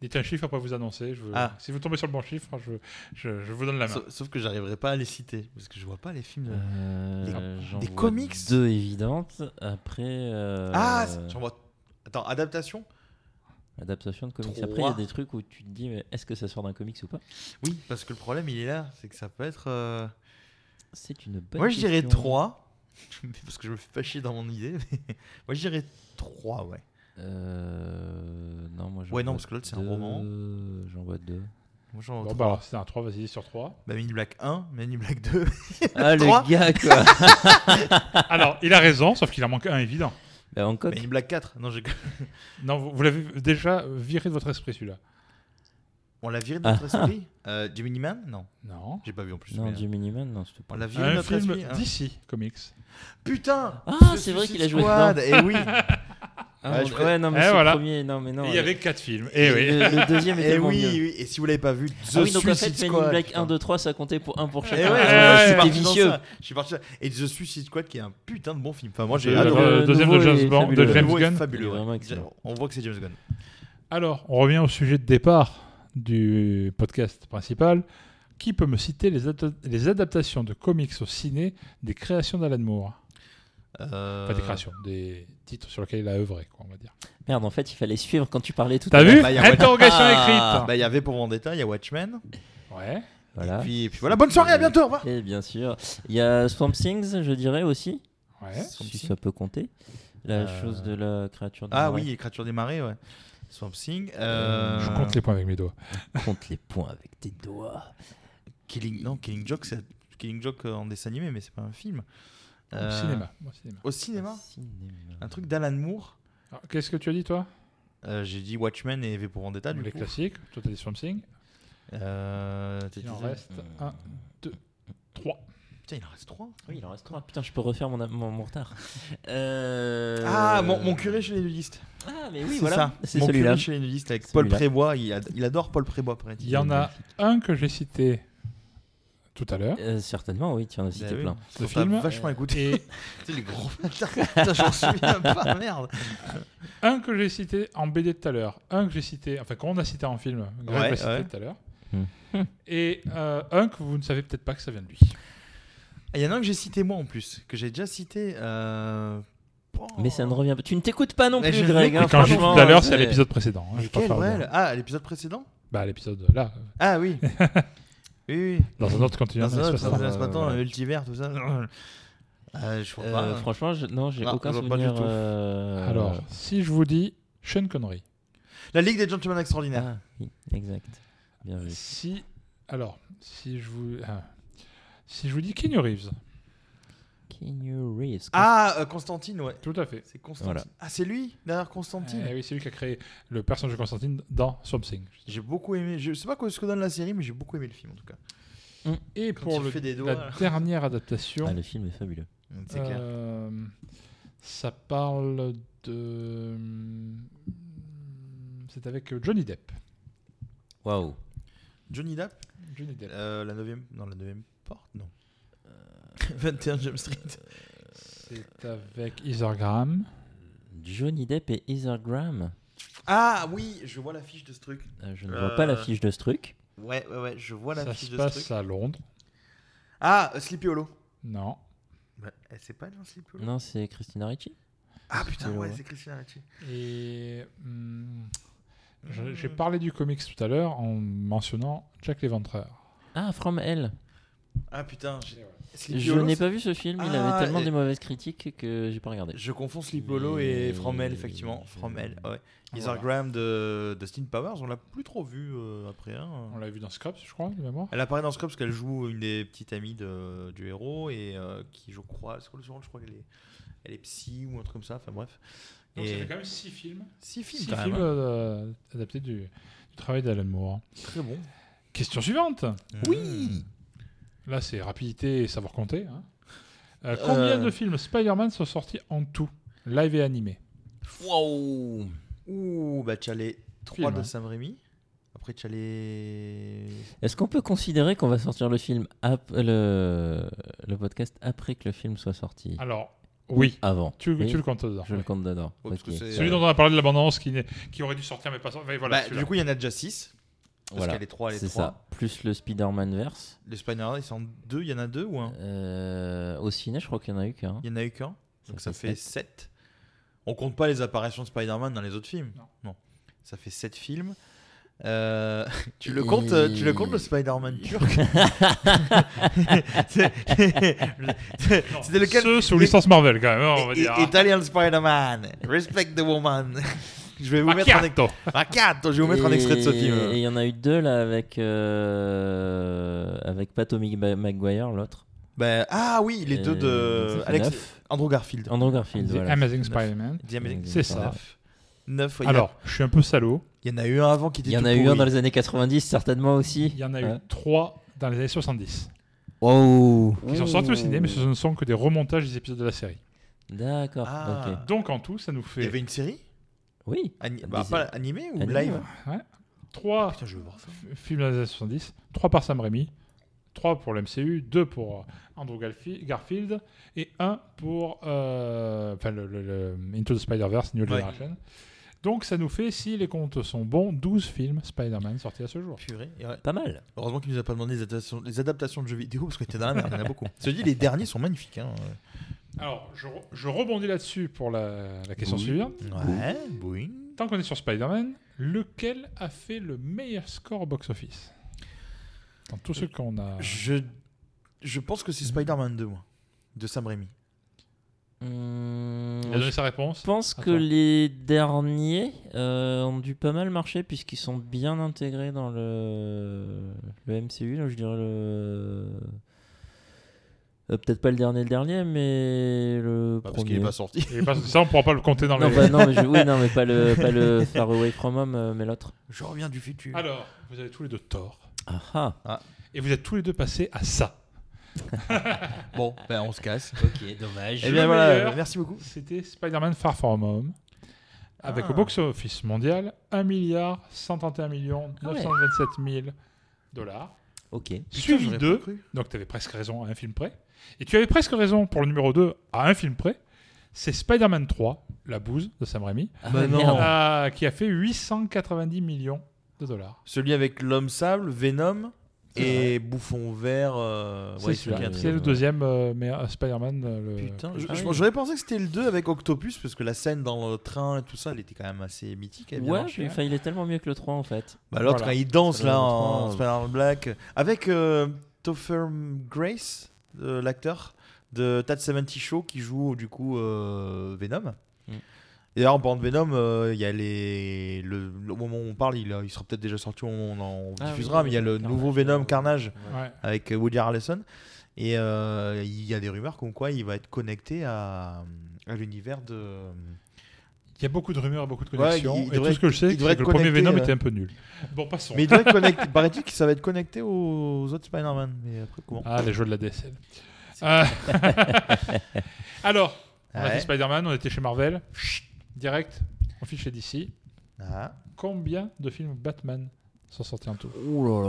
Dites un chiffre après vous annoncer. Je veux-
Ah.
Si vous tombez sur le bon chiffre, hein, je, je- je vous donne la main.
Sauf, sauf que j'arriverai pas à les citer parce que je vois pas les films. de-
euh,
Des-
j'en
des
vois
comics
Deux évidentes. Après. euh,
Ah, c'est- j'en vois. Attends, adaptation
Adaptation de comics. Après, il y
Trois.
a des trucs où tu te dis, mais est-ce que ça sort d'un comics ou pas
Oui, parce que le problème il est là, c'est que ça peut être. euh,
C'est une bonne
Moi je dirais
question.
3 parce que je me fais pas chier dans mon idée. mais Moi je dirais 3 ouais.
Euh, non, moi j'en
Ouais, non,
vois
parce que l'autre, c'est un
deux,
roman.
J'en vois deux.
Moi j'en vois
Bon,
3.
bah alors, c'est un 3, vas-y, sur 3.
Bah, Men in Black 1, Men in Black 2.
Ah,
Trois
le gars, quoi
Alors, il a raison, sauf qu'il en manque un évident.
Bah, Hancock,
Men in Black 4. Non, j'ai-
Non, vous, vous l'avez déjà viré de votre esprit, celui-là.
on l'a viré de notre esprit euh, Jiminy Man Non,
Non.
j'ai pas vu en plus.
Non,
mais, euh,
du Miniman, non, c'était
On
pas.
l'a viré de
Un
notre
film
esprit. hein.
d'ici, comics.
Putain
Ah,
The
c'est vrai
Suicide
qu'il a joué
Squad, Eh oui
Ah,
Ouais,
mon
je
Dieu, ouais, non, mais
Eh,
c'est
voilà.
le premier. Non, mais non.
Et il y
euh,
avait 4 films. Et
le,
oui.
le deuxième était
Et
tellement
Eh oui,
mieux.
oui, et si vous l'avez pas vu, The
Ah oui, donc en fait,
Suicide
Men in
Squad,
Black
putain.
1, 2, 3, ça comptait pour un pour
Eh
chacun.
ouais,
Ah,
ouais,
ouais,
je suis
ouais.
parti dans
vicieux.
ça. Je suis parti. dans- Et The Suicide Squad qui est un putain de bon film. Enfin, moi j'ai
Le-
adoré.
Ah, le,
Le
deuxième de
nouveau
James
est
Bond, de
fabuleux.
Le
James
nouveau est
Gunn.
fabuleux.
Il est
ouais.
vraiment excellent.
On voit que c'est James Gunn.
Alors, on revient au sujet de départ du podcast principal. Qui peut me citer les, adap- les adaptations de comics au ciné des créations d'Alan Moore
Euh,
Pas des créations, des titres sur lesquels il a œuvré, quoi, on va dire.
Merde, en fait, il fallait suivre quand tu parlais tout
T'as
à l'heure.
vu
bah, il y a Watch-
Interrogation
Ah,
écrite
bah, il y avait pour Vendetta, il y a Watchmen.
Ouais.
Voilà.
Et, puis, et puis voilà, bonne soirée, à bientôt, au revoir.
Et bien sûr. Il y a Swamp Things, je dirais aussi.
Ouais.
Si ça peut compter. La
Euh,
chose de la créature de
Ah
Marais.
oui, Créature des marées, ouais. Swamp Thing. euh,
Je compte les points avec mes doigts.
Compte les points avec tes doigts.
Killing... Non, Killing Joke, c'est Killing Joke euh, en dessin animé, mais c'est pas un film.
Au
Euh,
cinéma. Ah, Au cinéma.
Au cinéma
Cinéma.
Un truc d'Alan Moore.
Alors, Qu'est-ce que tu as dit, toi
Euh, j'ai dit Watchmen et V pour Vendetta, du
Les
coup.
classiques. Toi, t'as dit Something.
Euh, t'es-
Il en
t'es-
reste 1, 2, 3.
Putain, il en reste 3.
Oui, il en reste trois. Putain, je peux refaire mon, mon, mon retard. Euh,
Ah, mon, mon curé chez les nudistes.
Ah, mais oui,
C'est
voilà.
ça.
C'est
Mon
celui-là.
curé chez les nudistes avec Paul
Celui-là.
Prébois. Il, ad- il adore Paul Prébois, paraît-il.
Il y en a un que j'ai cité tout à l'heure.
Euh, certainement, oui, tiens, on a cité
Bah oui.
plein.
Le film. vachement écouté.
Et-
T'es les gros bâtards. Putain, J'en suis pas, merde.
Un que j'ai cité en BD tout à l'heure, un que j'ai cité, enfin qu'on a cité en film, Greg
Ouais,
l'a cité
ouais.
tout à l'heure,
Hmm.
et euh, un que vous ne savez peut-être pas que ça vient de lui.
Ah, Il y en a un que j'ai cité moi en plus, que j'ai déjà cité. euh, Oh, bon.
Mais ça ne revient pas. Tu ne t'écoutes pas non
Mais
plus,
je
Greg.
l'écoute
hein,
Quand je dis tout
franchement,
à l'heure, c'est à
mais-
l'épisode précédent. hein,
Mais
je préfère
quel,
le
ouais,
dire.
le- Ah, à l'épisode précédent
Bah, à l'épisode là,
Ah oui. oui, oui.
dans un autre continuum.
Dans un autre,
espace-temps.
dans un espace-temps,
voilà.
multivers, tout ça. Euh, je crois
Euh,
pas.
franchement, je... non, j'ai
Non,
aucun
je vois pas du
souvenir.
tout.
euh,
Alors, si je vous dis Sean Connery,
La Ligue des Gentlemen Extraordinaires.
ah, oui, exact. Bien vu.
si, alors, si je vous, ah. si je vous dis Keanu Reeves,
Keanu Reeves.
Ah, euh, Constantine, ouais.
tout à fait.
C'est Constantine.
Voilà.
Ah, c'est lui, derrière Constantine.
Eh oui, c'est lui qui a créé le personnage de Constantine dans Swamp Thing.
J'ai beaucoup aimé. Je sais pas quoi- ce que donne la série, mais j'ai beaucoup aimé le film en tout cas.
Et
Quand
pour
il
le-
fait des doigts,
la
là.
dernière adaptation,
Ah, le film est fabuleux.
C'est clair.
Euh, Ça parle de. C'est avec Johnny Depp.
Waouh.
Johnny Depp,
Johnny Depp.
euh, la 9 Non, la 9 porte, non. Euh, 21 Jump Street.
Euh. C'est avec Heather Graham.
Johnny Depp et Heather Graham.
Ah oui, je vois l'affiche de ce truc.
Euh, je ne vois pas
Euh,
l'affiche de ce truc.
Ouais, ouais, ouais, je vois
Ça
l'affiche
se
de ce
passe
truc.
à Londres.
Ah, euh, Sleepy Hollow.
Non.
Bah, eh, c'est pas dans Sleepy Hollow
Non, c'est Christina Ricci.
Ah putain,
Sleepy Hollow,
ouais,
ouais.
c'est Christina Ricci.
Et. hum, je-
Hmm.
J'ai parlé du comics tout à l'heure en mentionnant Jack l'Éventreur.
Ah, From Hell.
Ah putain, j'ai- Sleepy
Je
Hollow,
n'ai
c'est-
pas vu ce film. Il
Ah,
avait tellement
et-
des mauvaises critiques que j'ai pas regardé.
Je confonds Sleepy Hollow et From Hell, effectivement.
Je-
From Hell, ouais.
Oh
Heather
Voilà.
Graham de Dustin Powers, on l'a plus trop vu euh, après. hein.
On l'a vu dans Scraps, je crois, de mémoire.
Elle apparaît dans Scrubs parce qu'elle joue une des petites amies de- du héros et euh, qui, je crois, c'est quoi le second Je crois qu'elle est, elle est psy ou un truc comme ça. Enfin bref.
Donc ça
Et
fait quand même 6 films.
six films,
6
quand
films
même. hein.
euh, adaptés du, du travail d'Alan Moore.
Très bon.
Question suivante.
Hmm. Oui.
Là, c'est rapidité et savoir compter. hein. Euh, combien
Euh.
de films Spider-Man sont sortis en tout, live et animé
Waouh.
Ouh, bah tu as les 3
Film,
de
hein.
Sam Raimi. Après tu as les.
Est-ce qu'on peut considérer qu'on va sortir le film ap- le... le podcast après que le film soit sorti
Alors, Ah, oui,
Avant.
tu,
Oui,
tu le comptes dedans.
Je le compte dedans.
Ouais, parce que
Ok.
c'est-
Celui dont on a parlé de l'abondance qui, n'est- qui aurait dû sortir mais pas sorti. Voilà,
Bah,
celui-là.
du coup, il y en a déjà 6. Parce
Voilà.
qu'il y a les 3 et les
C'est
3.
ça. Plus le Spider-Man verse.
Les Spider-Man, ils sont en 2. Il y en a 2 ou 1
Euh, au ciné, je crois qu'il y en a eu qu'un. hein.
Il y en a eu qu'un.
Ça
Donc ça
fait
fait 7. On compte pas les apparitions de Spider-Man dans les autres films.
Non.
Ça fait 7 films. Euh, tu le comptes, euh, tu le comptes le Spider-Man turc C'est-
Non,
C'était lequel
Ceux sous licence Marvel, quand même, hein, on va
I-
dire.
I- Italian Spider-Man, Respect the Woman. je
Ah,
vais vous mettre un
Macchiato.
Macchiato, je vais vous mettre un extrait de ce film.
Et il y en a eu deux là avec euh, avec Pat O'Mig- Maguire, l'autre.
Ben, ah oui, les
Et
deux
Euh, donc
de
ça fait
Alex,
neuf.
Andrew Garfield.
Andrew Garfield.
Ah,
The
Voilà.
Amazing Spider-Man.
The Amazing
C'est ça.
9.
Alors, je suis un peu salaud.
il y en a eu un avant qui était
Il y en
tout
a eu un
pourri.
dans les années 90 certainement aussi.
Il y en a eu
Hein.
trois dans les années 70
Wow.
qui sont sortis au ciné, mais ce ne sont que des remontages des épisodes de la série.
D'accord.
Ah.
ok.
Donc en tout, ça nous
Il y avait
fait
une série
Oui.
Ani-
Des-
bah, pas animée ou
Animé,
live
ouais.
trois
Putain, je veux voir ça.
f- films dans les années 70, 3 par Sam Raimi, 3 pour l'MCU, 2 pour euh, Andrew Garfi- Garfield et 1 pour euh, enfin, le, le- le Into the Spider-Verse New
Ouais.
Generation. Donc ça nous fait, si les comptes sont bons, 12 films Spider-Man sortis à ce jour.
Purée. et ouais.
Pas mal.
Heureusement qu'il nous a pas demandé les adaptations, les adaptations de jeux vidéo parce qu'on était dans la merde, il y en a beaucoup. Ceci dit, les derniers sont magnifiques. Hein.
Alors je, re- je rebondis là-dessus pour la, la question
Oui.
suivante.
Ouais, oui.
Tant qu'on est sur Spider-Man, lequel a fait le meilleur score au box-office Dans tous ceux qu'on a...
Je, je pense que c'est Spider-Man 2, moi, de Sam Raimi.
Hum,
Il a donné sa réponse
Je pense que
Attends.
les derniers euh, ont dû pas mal marcher puisqu'ils sont bien intégrés dans le, le MCU. Donc je dirais le. euh, Peut-être pas le dernier, le dernier, mais le
Bah, parce qu'il
premier.
est pas sorti.
Et parce que ça, on pourra pas le compter dans
non,
les...
bah, non, mais je- oui, non, mais pas le, pas le Far Away From Home, euh, mais l'autre.
Je reviens du futur.
Alors, vous avez tous les deux tort.
Ah ah.
Et vous êtes tous les deux passés à ça.
Bon, ben on se casse.
Ok, dommage.
Eh
Le
bien voilà,
meilleur.
merci beaucoup.
C'était Spider-Man Far From Home. Avec
Ah.
au box-office mondial 1 milliard 131 millions
Ah ouais.
927 000 dollars.
Ok.
Suivi 2, donc tu avais presque raison à un film près. Et tu avais presque raison pour le numéro 2 à un film près. C'est Spider-Man 3, la bouse de Sam Raimi,
Ah, bah non.
euh, qui a fait 890 millions de dollars.
Celui avec l'homme sable, Venom et Bouffon vert. euh,
Ah C'est
ouais,
celui-là.
celui qui a-
C'est le deuxième euh, mais, euh, Spider-Man. euh, le-
Putain,
Ah
je-
oui.
je- j'aurais pensé que c'était le 2 avec Octopus, parce que la scène dans le train et tout ça, elle était quand même assez mythique. elle a bien
Ouais,
marché.
mais enfin, il est tellement mieux que le 3 en fait.
Bah, L'autre,
Voilà.
quand il danse là
Spider-Man
en
3,
Spider-Man Black, avec euh, Topher Grace, euh, l'acteur de Tad 70 Show, qui joue du coup euh, Venom.
Mm.
Et d'ailleurs, en parlant de Venom, euh, il y a les. le- au moment où on parle, il, a- il sera peut-être déjà sorti, on, on en
Ah oui,
diffusera, mais il y a le
Carnage,
nouveau Venom
euh,
Carnage
Ouais.
avec Woody Harrelson. Et euh, il y a des rumeurs comme quoi il va être connecté à, à l'univers de.
Il y a beaucoup de rumeurs, beaucoup de
Ouais,
connexions.
il
et
devrait
tout ce que je sais,
être-
c'est
il
que
devrait
le
être
premier
connecté,
Venom
euh.
était un peu nul. Bon, passons.
Mais il doit être connecté. Paraît-il que ça va être connecté aux autres Spider-Man. Mais après, comment
Ah, les jeux de la DSL. Euh, Alors, on a
Ouais.
fait Spider-Man, on était chez Marvel. Chut, Direct, on fiche chez DC.
Ah.
Combien de films Batman sont sortis en tout
Ouh là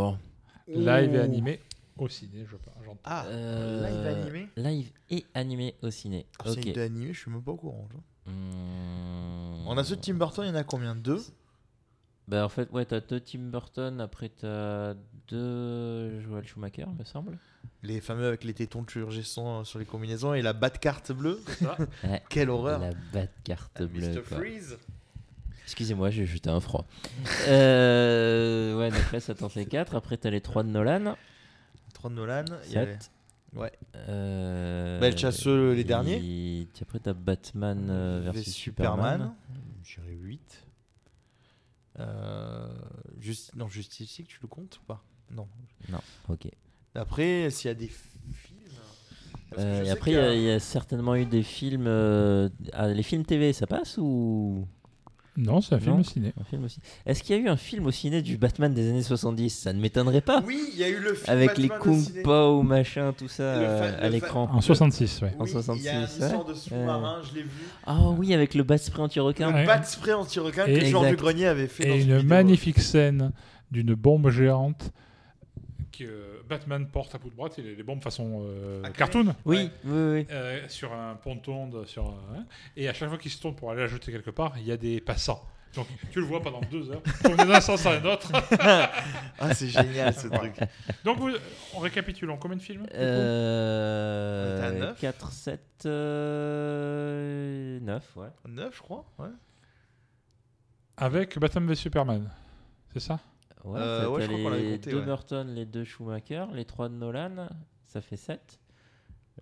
là.
Live et animé au ciné, je parle. j'entends.
Ah,
Euh,
live animé
Live et animé au ciné.
Conseil
Ok. Mmh.
d'animé, je suis même pas au courant. tu vois.
Hmm.
On a ce Tim Burton, il y en a combien Deux
Bah en fait, ouais, t'as deux Tim Burton, après t'as deux Joel Schumacher, me semble.
Les fameux avec les tétons turgescents sur les combinaisons et la batte carte bleue.
Ouais.
Quelle horreur
La batte carte bleue.
Mr.
quoi.
Freeze
Excusez-moi, j'ai jeté un froid. Euh, ouais, donc là, ça tente les quatre. Après, t'as les trois de Nolan.
3 de Nolan. il y a-
Sept.
Ouais.
Euh,
Bah, le chasseux, les derniers.
et puis Après, t'as Batman euh, versus Superman.
Euh, J'irai 8. Non, Justice League, tu le comptes ou pas Non.
Ok.
Après, s'il y a des films. Parce que
Euh,
je
et
sais
après, il y
qu'il y
a-
a-
il y, a certainement eu des films. euh, ah, les films TV, ça passe ou
Non, c'est un film
Non.
au ciné.
un film aussi Est-ce qu'il y a eu un film au ciné du Batman des années 70 Ça ne m'étonnerait pas.
Oui, il y a eu le film.
Ah Avec
Batman
les
au
Kung
ciné.
Pao, machin, tout ça,
Le fa-
euh,
le
à
fa-
l'écran.
En 66, ouais.
en
Oui, Il y a une
66,
histoire
ouais.
de sous-marin, je l'ai vu.
Ah oui, avec le bat spray anti-requin.
Ouais.
Le bat spray anti-requin
Et-
que Jean
Exact.
du Grenier avait fait dans
Et
vidéo.
une magnifique scène d'une bombe géante que Batman porte à bout de bras, c'est les, les bombes façon euh,
Acrylique.
cartoon,
Oui, oui, oui.
euh, sur un ponton, de- sur un- hein. et à chaque fois qu'il se tourne pour aller la jeter quelque part, il y a des passants. Donc tu le vois pendant deux heures, tourner d'un sens à un autre.
Ah, c'est génial ce truc.
Donc vous- on récapitule, en combien de films
On était à
Euh,
neuf.
4, 7, euh, 9, ouais.
9, je crois. Ouais.
Avec Batman v Superman, c'est ça
Ouais,
Euh,
ça,
ouais, je
t'as
crois qu'on l'avait
les
compté,
deux
ouais.
Burton, les deux Schumacher, les trois de Nolan, ça fait 7.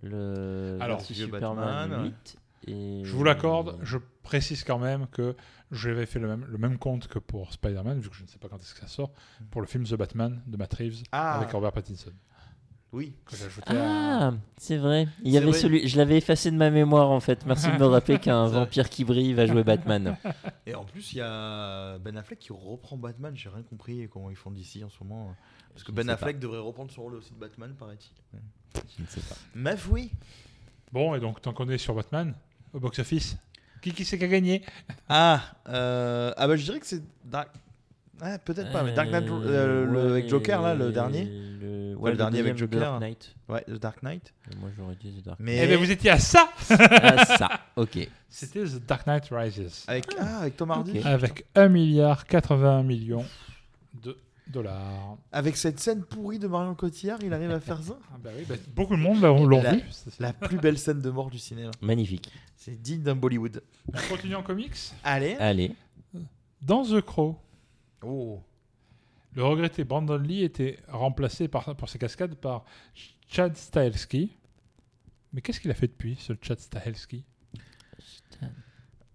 Le
Alors,
versus
vieux
Superman,
Batman,
8. Et...
Je vous l'accorde, je précise quand même que j'avais fait le même, le même compte que pour Spider-Man, vu que je ne sais pas quand est-ce que ça sort, pour le film The Batman de Matt Reeves
Ah.
avec Robert Pattinson.
Oui.
Que j'ai ajouté à-
Ah, c'est vrai. Il y
C'est
avait
vrai.
celui, je l'avais effacé de ma mémoire en fait. Merci de me rappeler qu'un
C'est vrai.
vampire qui brille va jouer Batman.
Et en plus, il y a Ben Affleck qui reprend Batman. J'ai rien compris comment ils font d'ici en ce moment. Parce
Je
que
ne
Ben
sais pas.
Affleck devrait reprendre son rôle aussi de Batman, paraît-il.
Je ne sais pas.
Meuf, oui.
Bon, et donc tant qu'on est sur Batman, au box-office, qui qui c'est qui a gagné
Ah, euh, ah bah je dirais que c'est Dark. Ah, peut-être pas, mais Dark Knight euh, le-
ouais,
avec Joker, là, le
et
dernier.
Le,
Enfin, le dernier avec
deuxième,
Joker.
Dark Knight.
Ouais, The Dark Knight.
Et Moi j'aurais dit The Dark Knight.
Mais
Eh bien, vous étiez à ça
Ah, ça, ok.
C'était The Dark Knight Rises.
avec, ah, avec Tom Hardy.
Avec 1 milliard 81 millions de dollars.
Avec cette scène pourrie de Marion Cotillard, il arrive à faire ça
Ah bah oui, bah, beaucoup de monde l'ont l'ont
La-
vu.
La plus belle scène de mort du cinéma.
Magnifique.
C'est digne d'un Bollywood.
On continue en comics.
Allez.
Allez.
Dans The Crow,
Oh.
Le regretté Brandon Lee était remplacé par, pour ses cascades par Ch- Chad Stahelski. Mais qu'est-ce qu'il a fait depuis, ce Chad Stahelski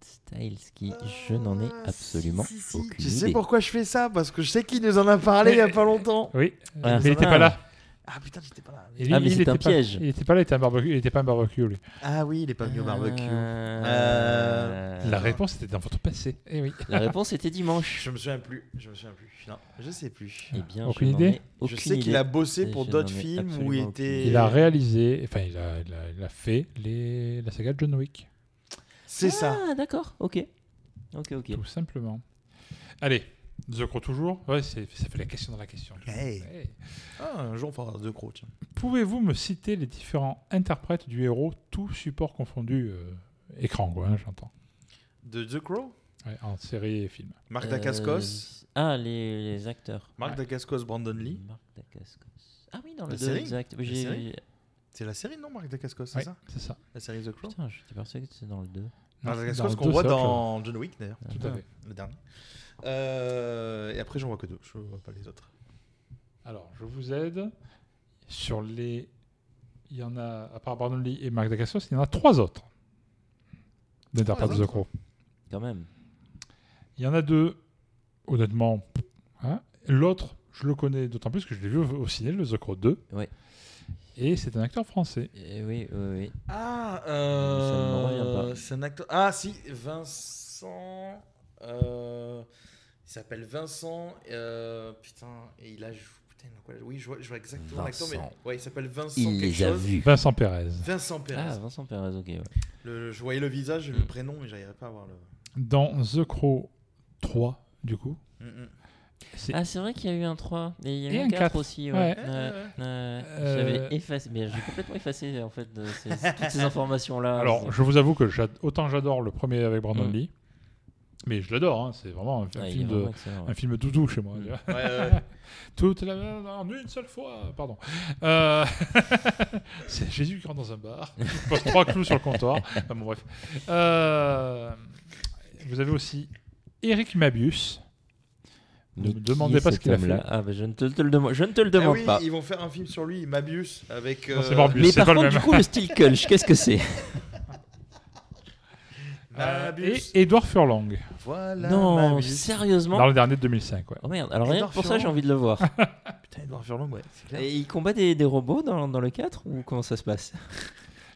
Styleski, je n'en ai absolument
Ah, Si, si, si.
aucune
Tu sais
idée.
pourquoi je fais ça Parce que je sais qu'il nous en a parlé il y a pas longtemps.
Oui,
Ah,
mais Euh, il
ça
n'était
va.
pas là.
Ah putain, j'étais pas là.
Et lui,
Ah, mais
il
c'est
était
un
pas-
piège.
Il n'était pas là, il était, un barbecue, il était pas un barbecue, lui.
Ah oui, il est pas venu au barbecue.
Euh,
La réponse était dans votre passé. Eh oui.
La réponse était dimanche.
Je me souviens plus. Je me souviens plus. Non, je sais plus.
Eh bien,
Aucune
je n'en
idée.
ai aucune
Je sais qu'il
idée.
a bossé
Et
pour
je
d'autres
n'en ai
films où
absolument
il
aucune
était. Ah,
idée.
Il a réalisé, enfin, il a, il a- il a fait les, la saga de John Wick,
C'est ça.
Ah, d'accord, ok. Ok, ok.
tout simplement. Allez, The Crow toujours. Ouais, c'est- ça fait la question dans la question.
Hey.
Hey.
Ah, un jour, on fera de Crow, tiens.
Pouvez-vous me citer les différents interprètes du héros, tous supports confondus euh, Écran, quoi, hein, j'entends.
De The Crow
Ouais, en série et film.
Euh,
Marc Dacascos
Ah, les, les acteurs.
Marc
Ouais.
Dacascos, Brandon Lee.
Marc Dacascos. Ah oui, dans
La
le
série
2, exact.
La
J'ai-
série C'est la série, non, Marc Dacascos, c'est
Ouais,
ça
c'est ça.
La série The Crow
Putain, j'étais persuadé que c'était dans le 2.
Marc
Non,
Dacascos
dans
qu'on
deux
voit
socles.
dans John Wick, d'ailleurs.
Tout à fait.
Le dernier. Euh, et après, j'en vois que deux. Je vois pas les autres.
Alors, je vous aide. Sur les. Il y en a, à part Brandon Lee et Marc Dacascos, il y en a trois autres. D'interprètes de The
autres
Crow.
Quand même.
Il y en a deux, honnêtement. hein. L'autre, je le connais d'autant plus que je l'ai vu au, au ciné, le The Crow 2.
Ouais.
Et c'est un acteur français.
Eh oui, oui, oui.
Ah,
euh, Ça ne me revient pas.
c'est un acteur. Ah, si, Vincent. euh, il s'appelle Vincent. euh, putain, et il a joué. Putain, dans quoi il a joué oui, je vois, je vois exactement l'acteur, mais
Vincent.
ouais, il s'appelle Vincent.
Il
quelque
les a
chose.
vus.
Vincent Pérez.
Vincent Pérez.
Ah, Vincent Perez, ok. ouais.
Le- je voyais le visage et le prénom, mais j'arrivais pas à voir le.
Dans The Crow 3, du coup.
Mm, mm.
C'est
Ah, c'est vrai qu'il y a eu un 3 et il y a eu
Et
un
un
4,
quatre.
aussi. Ouais.
Ouais.
Ouais,
Euh,
ouais.
euh.
J'avais effacé, mais j'ai complètement effacé en fait de ces- toutes ces informations là.
Alors, je vous avoue que j'ad- autant j'adore le premier avec Brandon
Ah, Mm. Ah,
Lee, mais je l'adore. hein, C'est vraiment un, un film de, un film doudou chez moi. tu vois.
Ouais, ouais, ouais.
Toute la en une seule fois, pardon. Euh, c'est Jésus qui rentre dans un bar, qui pose trois clous sur le comptoir. Enfin, bon, bref. Euh, vous avez aussi Eric Mabius. Ne me demandez pas ce qu'il a fait.
Là. Ah, bah, je ne te, te le demande, je ne te le
Ah
demande
oui,
pas.
ils vont faire un film sur lui, Mabius, avec.
Non, c'est
euh,
Morbius,
Mais
c'est
par
pas le
contre, du
même.
coup, le style Kulch, qu'est-ce que c'est
Euh,
Mabius.
et Edouard Furlong,
Voilà.
Non,
Mabius.
dans
sérieusement.
le dernier de 2005. Ouais.
Oh merde, alors rien
Edouard
que pour ça,
Furlong.
j'ai envie de le voir.
Putain, Edouard Furlong, ouais, c'est clair.
Et il combat des, des robots dans, dans le 4 ou comment ça se passe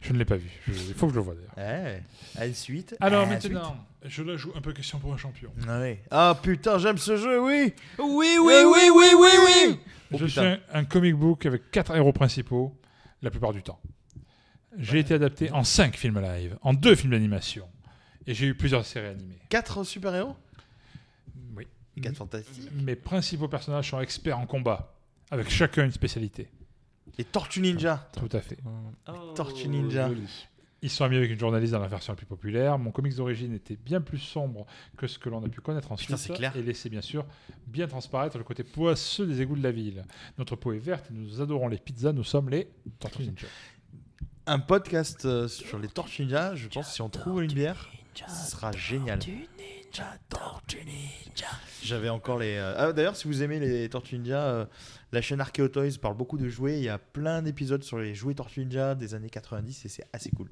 Je ne l'ai pas vu. Je- il faut que je le voie d'ailleurs.
Ah
Euh,
Ouais. Ensuite.
Alors
ensuite.
Ah, maintenant, je la joue un peu question pour un champion.
Ah ouais. Ah putain, j'aime ce jeu, oui.
Oui, oui, Euh, oui, oui, oui, oui
Oh,
je suis
putain.
un, un comic book avec quatre héros principaux, la plupart du temps. J'ai été adapté en cinq films live, en deux films d'animation, et j'ai eu plusieurs séries animées.
Quatre super-héros
Oui.
Quatre fantastiques.
Mes principaux personnages sont experts en combat, avec chacun une spécialité.
Mhm. Les Tortues Ninja.
Tout à fait.
Euh, oh.
Tortues Ninja.
Ils sont amis avec une journaliste dans la version la plus populaire. Mon comics d'origine était bien plus sombre que ce que l'on a pu connaître ensuite
c'est clair.
et laissait bien sûr bien transparaître le côté poisseux des égouts de la ville. Notre peau est verte et nous adorons les pizzas, nous sommes les Tortues Ninja.
Un podcast euh, sur les Tortues Ninja, je pense que si on trouve une bière, ce sera génial. J'avais encore les. euh, Ah, d'ailleurs, si vous aimez les Tortues Ninja, euh, la chaîne Archeo Toys parle beaucoup de jouets. Il y a plein d'épisodes sur les jouets Tortues Ninja des années 90 et c'est assez cool.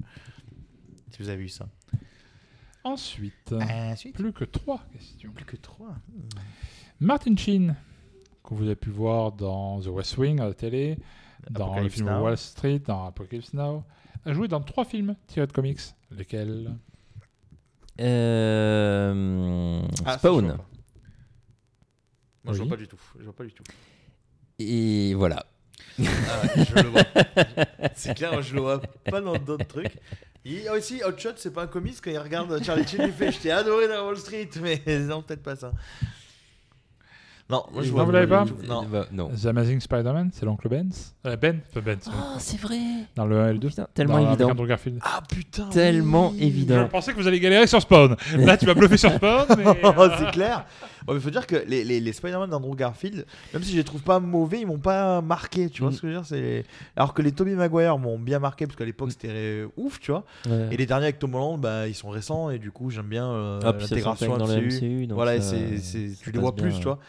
Si vous avez vu ça.
Ensuite,
Euh. Ensuite,
plus que trois questions.
plus que trois.
Martin Sheen, que vous avez pu voir dans The West Wing à la télé, dans le
Apocalypse
film
Now.
Wall Street, dans Apocalypse Now, a joué dans trois films tirés de comics. Lesquels
Euh,
Ah, ça, je
Spawn.
vois pas. Moi, je
Oui.
vois pas du tout. Je vois pas du tout.
Et voilà.
Ah ouais, je le vois. C'est clair, je le vois pas dans d'autres trucs. Il, aussi, Hot Shot, c'est pas un comics quand il regarde Charlie Chin, il fait Je t'ai adoré dans Wall Street, mais non, peut-être pas ça. Non, moi je
Non,
vois
vous l'avez pas
du tout. Non.
Bah, non.
The Amazing Spider-Man, c'est l'oncle Benz. Euh, ben, enfin Ben, c'est
Oh, c'est vrai
dans le 1 et le 2.
Putain, tellement
dans-
évident.
avec Andrew Garfield.
Ah putain
Tellement
oui.
Je
évident.
pensais que vous alliez galérer sur Spawn. Là, tu m'as bluffé sur Spawn. Mais,
Oh,
euh,
c'est clair. Il faut dire que les, les, les Spider-Man d'Andrew Garfield, même si je les trouve pas mauvais, ils m'ont pas marqué. Tu vois
Mm.
ce que je veux dire c'est... Alors que les Tobey Maguire m'ont bien marqué parce qu'à l'époque c'était euh, ouf, tu vois.
Ouais.
Et les derniers avec Tom Holland, bah, ils sont récents et du coup j'aime bien euh,
Ah, puis ça
l'intégration
s'intègre dans la
MCU.
MCU, donc
voilà,
ça-
c'est, c'est-
ça
tu les
passe
vois
bien,
plus,
ouais.
tu vois.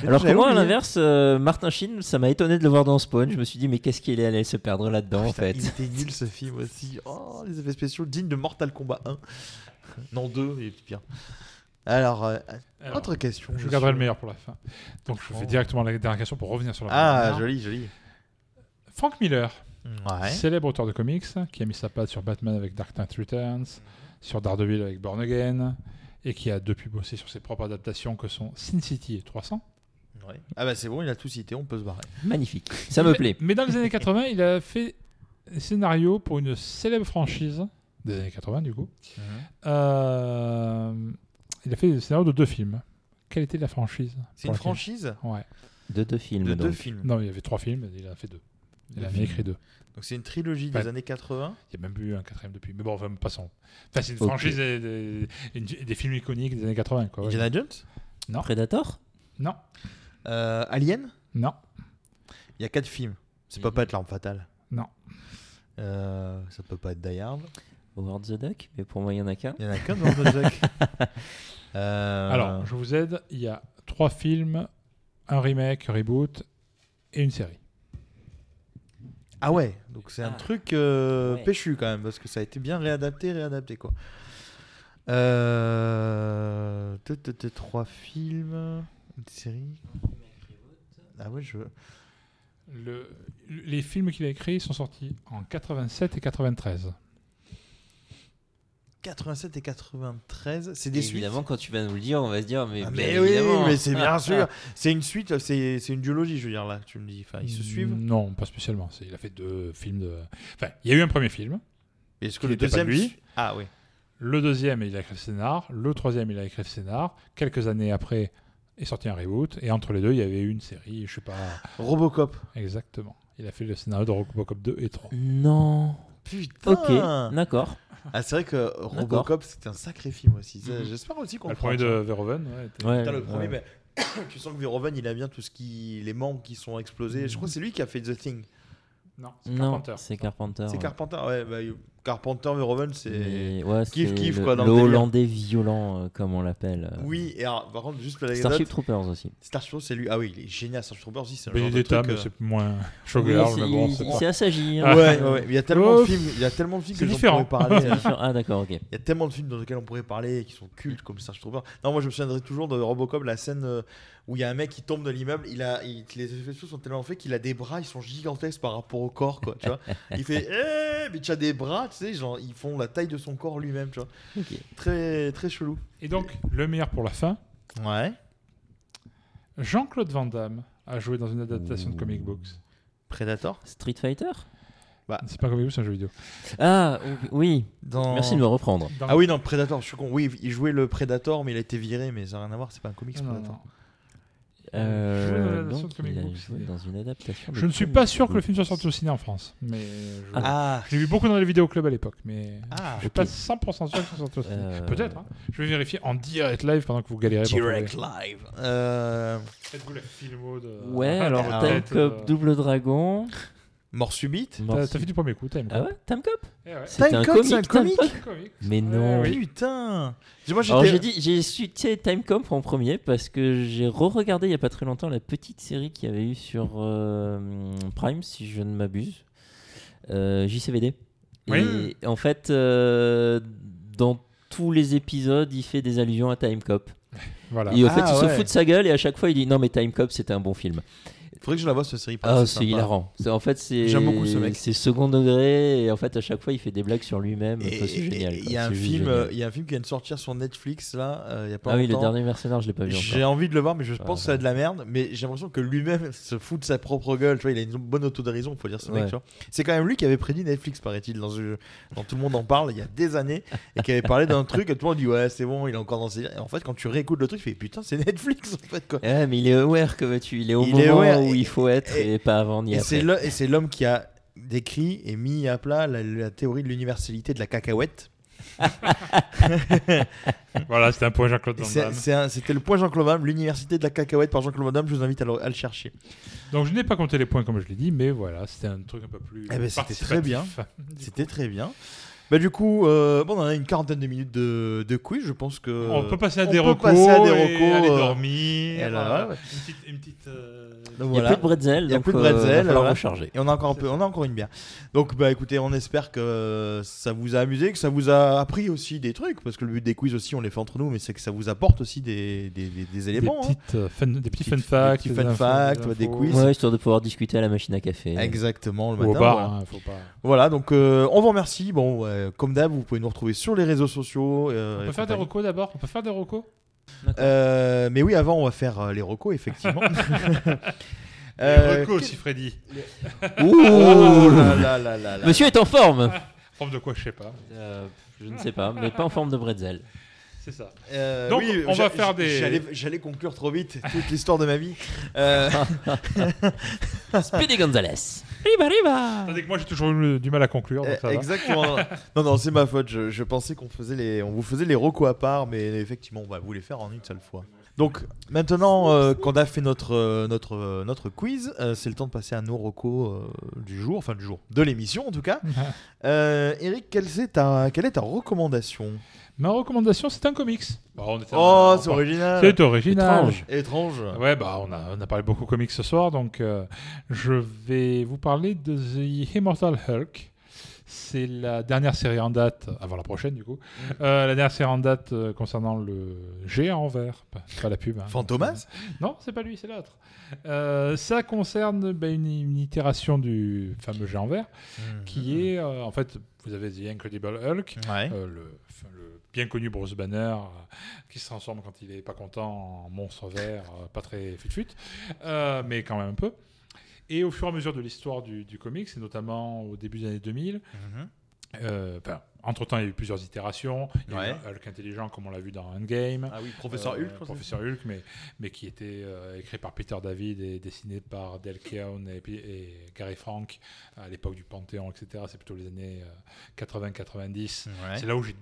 Mais
Alors que
non, j'avais
moi, à
oublié.
l'inverse, euh, Martin Sheen, ça m'a étonné de le voir dans Spawn. Je me suis dit, mais qu'est-ce qu'il est allé se perdre là-dedans, en fait
il était nul ce film aussi. Oh, les effets spéciaux dignes de Mortal Kombat 1. Non, 2, il est pire. Alors, euh,
alors,
autre question.
je
monsieur.
garderai le meilleur pour la fin. Donc, je fais
Oh.
directement la dernière question pour revenir sur la
Ah,
première.
joli, joli.
Frank Miller.
Mm.
Ouais.
célèbre auteur de comics hein, qui a mis sa patte sur Batman avec Dark Knight Returns,
Mhm.
sur Daredevil avec Born Again, et qui a depuis bossé sur ses propres adaptations que sont Sin City et 300.
Ouais. Ah bah c'est bon, il a tout cité, on peut se barrer.
Magnifique. Ça me
Mais-
plaît.
Mais dans les années 80, il a fait des scénarios pour une célèbre franchise des années 80 du coup.
Mm-hmm.
Euh, il a fait des scénarios de deux films. Quelle était la franchise
C'est
pour
une
laquelle-
franchise
Ouais.
De deux films.
De
donc.
deux films.
Non, il y avait trois films, il en a fait deux. Il
Mhm. Deux
en a
films.
écrit deux.
Donc c'est une trilogie
Enfin,
des années 80.
Il n'y a même plus eu un quatrième depuis. Mais bon, enfin, passons. Enfin, c'est une
Ok.
franchise des, des- une- des films iconiques des années 80. Quoi, ouais.
Indiana Jones
Non.
Predator
Non.
Euh, Alien
Non.
Il y a quatre films. Ça
Mm-hmm.
peut pas être L'arme fatale.
Non.
Euh, ça peut pas être Die Hard.
Howard the Duck Mais pour moi, il y en a qu'un.
Il y en a qu'un dans le Jack. Euh,
Alors, je vous aide. Il y a trois films, un remake, un reboot et une série.
Ah ouais, donc c'est un
Ah.
truc euh,
Ouais.
péchu quand même, parce que ça a été bien réadapté, réadapté quoi. Euh... tut, tut, tut, Trois films, une série. Ah ouais, je.
Le- les films qu'il a écrits sont sortis en 87 et 93.
87 et 93, c'est des
Évidemment,
suites.
quand tu vas nous le dire, on va se dire, mais,
Ah,
bien
mais oui,
évidemment.
mais c'est bien sûr.
Ah.
c'est une suite, c'est c'est une duologie, je veux dire là. Tu me dis, enfin, Bah, ils se suivent.
Non, pas spécialement. C'est- Il a fait deux films de. Enfin, il y a eu un premier film.
Mais Est-ce que
Qui
le
n'était pas
deuxième
de lui.
Ah oui.
Le deuxième, il a écrit le scénar. Le troisième, il a écrit le scénar. Quelques années après, est sorti un reboot. Et entre les deux, il y avait eu une série. Je sais pas
Robocop.
exactement. Il a fait le scénario de Robocop 2 et 3.
Non.
Putain.
Ok, d'accord.
Ah, c'est vrai que Robocop, c'était un sacré film aussi. Ça,
Mhm.
J'espère aussi qu'on
Le
le prend,
premier de
ça.
Verhoeven. ouais, était-
Ouais,
Putain, le
ouais.
premier, ben, tu sens que Verhoeven, il a bien tout ce qui. les membres qui sont explosés. Je crois que c'est lui qui a fait The Thing.
Non, c'est
Non,
Carpenter.
c'est Carpenter.
C'est
ouais.
Carpenter, ouais. bah, il- Carpenter, Verhoeven, c'est.
Mais ouais,
Kiff,
c'est
kiff,
le-
quoi, dans
le
le délire.
hollandais violent, euh, comme on l'appelle. euh,
Oui, et alors, par contre, juste pour
Starship
l'anecdote,
Troopers aussi.
Starship Troopers, c'est lui. Ah oui, il est génial, Starship Troopers aussi, c'est le genre de
Benedetta,
truc,
mais
euh,
c'est moins
Oui,
showgirl,
c'est-
mais bon,
il-
c'est
il
pas-
sait assagir.
Ouais, ouais, ouais. Il y a tellement de
Ouf.
films, il y a tellement de films
C'est
que j'en
différent.
pourrais parler. euh,
Ah d'accord, ok.
Il y a tellement de films dans lesquels on pourrait parler et qui sont cultes comme Starship Troopers. Non, moi je me souviendrai toujours de Robocop, la scène euh, où il y a un mec qui tombe de l'immeuble. Il a, il- les effets spéciaux sont tellement faits qu'il a des bras, ils sont gigantesques par rapport au corps, quoi. Tu vois, il fait, eh, mais tu as des bras, tu sais, genre ils font la taille de son corps lui-même, tu vois.
Ok.
Très, très chelou.
Et donc, le meilleur pour la fin,
Ouais.
Jean-Claude Van Damme a joué dans une adaptation de comic books.
Predator.
Street Fighter
C'est pas un comic book, c'est un jeu vidéo.
Ah ou- oui. Merci de me reprendre.
Dans-
Ah oui, non, Predator, je suis con. Oui, il jouait le Predator, mais il a été viré, mais ça n'a rien à voir, c'est pas un comics
Non, non,
Predator.
non. Joué dans
Euh,
l'adaptation
donc,
de comic
il a
books,
joué
c'est-
dans une adaptation. de
Je ne suis
comic
pas sûr que le
books.
film soit sorti au ciné en France, mais je-
Ah,
j'ai vu beaucoup dans les vidéoclubs à l'époque, mais
ah,
je suis pas 100% sûr que ce soit sorti au ciné.
Euh,
Peut-être. hein. Je vais vérifier en direct live pendant que vous galérez. pour
Direct
trouver.
Live. Euh,
Faites-vous la filmo de-
Ouais,
Ah,
alors
t'as-
Time
t'as-
Cop, Double Dragon.
mort subite.
T'as
Morse-
t'as fait du premier coup, Time.
Ah ouais, Time Cop
Eh ouais.
C'était un
Cop, c'est un
comic, Time
comic
Cop
Comic.
Mais non.
oui.
Putain. Dis-moi,
Alors
j'étais-
j'ai dit, j'ai suité Time Cop en premier parce que j'ai re-regardé il y a pas très longtemps la petite série qu'il y avait eu sur euh, Prime, si je ne m'abuse, Euh, JCVD.
Oui.
Et en fait, euh, dans tous les épisodes, il fait des allusions à Time Cop.
Voilà.
Et au fait,
Ah,
il se
ouais.
fout de sa gueule et à chaque fois, il dit non mais Time Cop c'était un bon film.
Faudrait que je la vois cette série. parce
Ah,
que
c'est
sympa.
hilarant. C'est- En fait, c'est
J'aime beaucoup ce mec.
C'est second degré et en fait, à chaque fois, il fait des blagues sur lui-même.
Et-
Enfin, c'est
et-
génial.
et Il
quoi.
y a un
C'est juste
film,
génial.
euh, il y a un film qui vient de sortir sur Netflix là. euh, il y a pas
Ah oui, le
longtemps.
dernier mercenaire, je l'ai pas vu.
J'ai
Encore.
envie de le voir, mais je pense que ça
ouais.
a de la merde. Mais j'ai l'impression que lui-même se fout de sa propre gueule. Tu vois, il a une bonne autodérision, faut dire ce mec.
Ouais.
tu vois. C'est quand même lui qui avait prédit Netflix, paraît-il, dans, ce- dans tout le monde en parle il y a des années, et qui avait parlé d'un truc et tout le monde dit ouais c'est bon, il est encore dans ses. Et en fait, quand tu réécoutes le truc, tu fais putain c'est Netflix en fait quoi.
Ah, mais il est aware que tu Il est au
Il est
moment
aware
où
et-
il faut être et,
et-
pas avant ni
Et c'est
après.
le- et c'est l'homme qui a décrit et mis à plat la, la théorie de l'universalité de la cacahuète.
Voilà, c'était un point Jean-Claude
Et
Van
c'est-
Damme.
c'est un- C'était le point Jean-Claude Van Damme, l'université de la cacahuète par Jean-Claude Van Damme, je vous invite à le, à le chercher.
Donc je n'ai pas compté les points comme je l'ai dit, mais voilà, c'était un truc un peu plus.
Eh ben, c'était
participatif.
très bien. C'était très bien. Bah du coup, euh, bon, on a une quarantaine de minutes de, de quiz, je pense que...
On peut passer à
euh, on
des
peut
recos,
passer à des recos,
et aller
euh,
dormir.
et là, ouais.
Une petite, une petite, euh,
Il n'y a
Donc, voilà.
plus de bretzel,
Il y a
donc
plus de
euh, va
bretzel,
falloir
voilà.
recharger.
Et on a encore un peu, on a encore une bière. Donc bah écoutez, on espère que ça vous a amusé, que ça vous a appris aussi des trucs, parce que le but des quiz aussi, on les fait entre nous, mais c'est que ça vous apporte aussi des, des, des- des
des,
éléments. hein.
petites, euh, fun- des petits
Petites-
fun
des
facts.
petits fun
infos,
facts, ouais, des
infos.
quiz.
Ouais, histoire de pouvoir discuter à la machine à café.
Exactement, le
Ou au
matin.
bar,
voilà.
hein, faut pas.
Voilà, donc euh, on vous remercie. Bon, euh, comme d'hab, vous pouvez nous retrouver sur les réseaux sociaux. euh,
On
et
peut faire des
compagnie.
recos d'abord On peut faire des recos
Euh, mais oui, avant, on va faire euh, les recos, effectivement.
Des
Euh,
recos aussi, Freddy.
Oh là là là là là.
Monsieur est en forme
Forme de quoi, je sais pas.
Euh, Je ne sais pas, mais pas en forme de bretzel.
C'est ça.
Euh,
Donc,
oui,
on va
j'a-
faire des.
j'allais- J'allais conclure trop vite toute l'histoire de ma vie. Euh,
Speedy Gonzalez.
Riba, riba Tandis que moi, j'ai toujours eu du mal à conclure. donc ça va.
Euh, Exactement. non, non, c'est ma faute. Je, je pensais qu'on faisait les, on vous faisait les recos à part, mais effectivement, on va vous les faire en une seule fois. Donc maintenant euh, qu'on a fait notre euh, notre euh, notre quiz, euh, c'est le temps de passer à nos recos euh, du jour, enfin du jour, de l'émission en tout cas. Euh, Eric, quelle est ta quelle est ta recommandation
Ma recommandation, c'est un comics. Bah, on était-
Oh,
on-
c'est original.
C'est original.
Étrange.
Étrange.
Ouais, bah on a, on a parlé beaucoup comics ce soir, donc euh, je vais vous parler de The Immortal Hulk. C'est la dernière série en date, avant la prochaine du coup, euh, la dernière série en date euh, concernant le géant en vert, pas, pas la pub. hein.
Fantomas
Non, c'est pas lui, c'est l'autre. Euh, ça concerne bah, une, une itération du fameux géant vert,
Mm.
qui est, euh, en fait, vous avez The Incredible Hulk,
Ouais.
euh, le, enfin, le bien connu Bruce Banner, euh, qui se transforme quand il est pas content en monstre vert, euh, pas très fut-fut, euh, mais quand même un peu. Et au fur et à mesure de l'histoire du, du comics, et notamment au début des années 2000, euh, enfin, entre-temps, il y a eu plusieurs itérations. Il y a eu
Ouais.
un Hulk intelligent, comme on l'a vu dans Endgame. Euh,
Ah oui, Professeur Hulk, je crois
Professeur Hulk, mais, mais qui était euh, écrit par Peter David et dessiné par Del Keown et, puis- et Gary Frank à l'époque du Panthéon, etc. C'est plutôt les années euh, 80-90.
Ouais.
C'est là où j'ai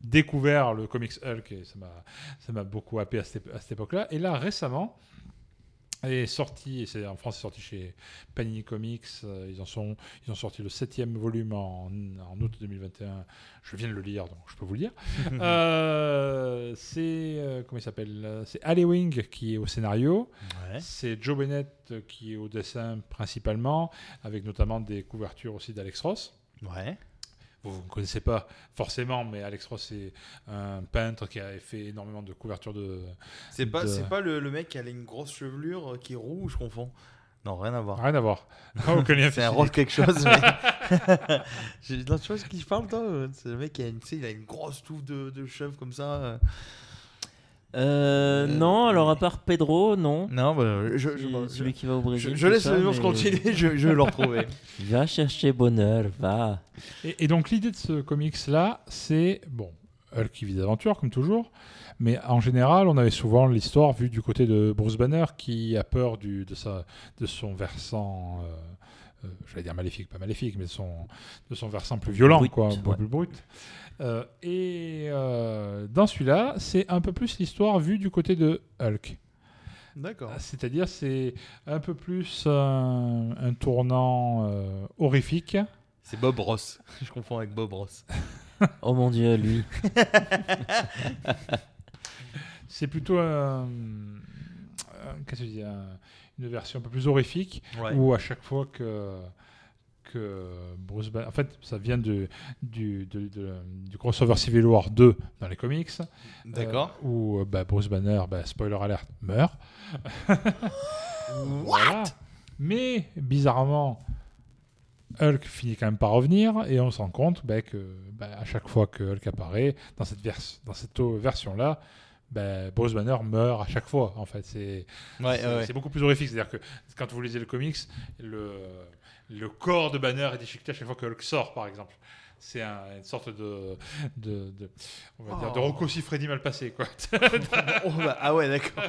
découvert le comics Hulk et ça m'a ça m'a beaucoup happé à cette, à cette époque-là. Et là, récemment, est sorti, et c'est en France, c'est sorti chez Panini Comics. euh, ils en sont, ils ont sorti le septième volume en, en août 2021. Je viens de le lire, donc je peux vous le dire. Euh, c'est euh, comment il s'appelle euh, C'est Ali Wing qui est au scénario.
Ouais.
C'est Joe Bennett euh, qui est au dessin principalement, avec notamment des couvertures aussi d'Alex Ross
Ouais.
vous ne connaissez pas forcément, mais Alex Ross c'est un peintre qui a fait énormément de couvertures de.
C'est pas
de-
c'est pas le, le mec qui a une grosse chevelure euh, qui est rouge, je confonds. Non, rien à voir.
Rien à voir. Aucun lien
Ah. C'est un
physique.
rose quelque chose, mais. J'ai d'autres choses qui parle, toi. euh, C'est le mec qui a une, tu sais, il a une grosse touffe de, de cheveux comme ça. euh.
Euh, non, alors à part Pedro, non.
Non, bah, je, je,
Qui-
je-
celui qui va au Brésil.
je- je
tout
laisse
ça,
le monstre
mais-
continuer, je, je vais le retrouver.
Va chercher bonheur, va.
Et, et donc l'idée de ce comics là, c'est bon, Hulk qui vit d'aventure comme toujours, mais en général, on avait souvent l'histoire vue du côté de Bruce Banner qui a peur du, de sa, de son versant. euh, euh, J'allais dire maléfique, pas maléfique, mais de son, de son versant plus violent,
Brut,
quoi, un peu
ouais.
plus brut. Euh, et euh, dans celui-là, c'est un peu plus l'histoire vue du côté de Hulk.
D'accord.
Ah, C'est-à-dire, c'est un peu plus un, un tournant euh, horrifique.
C'est Bob Ross. Je confonds avec Bob Ross.
Oh mon dieu, lui.
C'est plutôt un, un- qu'est-ce que je dis, un- une version un peu plus horrifique où à chaque fois que que Bruce Banner, en fait, ça vient de, du, de- de- du crossover Civil War 2 dans les comics,
D'accord.
euh, où euh, bah, Bruce Banner, bah, spoiler alert, meurt. Voilà. Mais bizarrement, Hulk finit quand même par revenir et on se rend compte bah, que bah, à chaque fois que Hulk apparaît dans cette, vers- dans cette euh, version-là, bah, Bruce Banner meurt à chaque fois. En fait, c'est
Ouais,
c'est-
ouais, ouais.
c'est beaucoup plus horrifique. C'est-à-dire que quand vous lisez le comics, le, le corps de Banner est déchiqueté à chaque fois que Hulk sort, par exemple. C'est un- une sorte de, de, de- on va dire, de
Oh.
Rocco Siffredi mal passé, quoi.
Oh, bah, ah ouais, d'accord.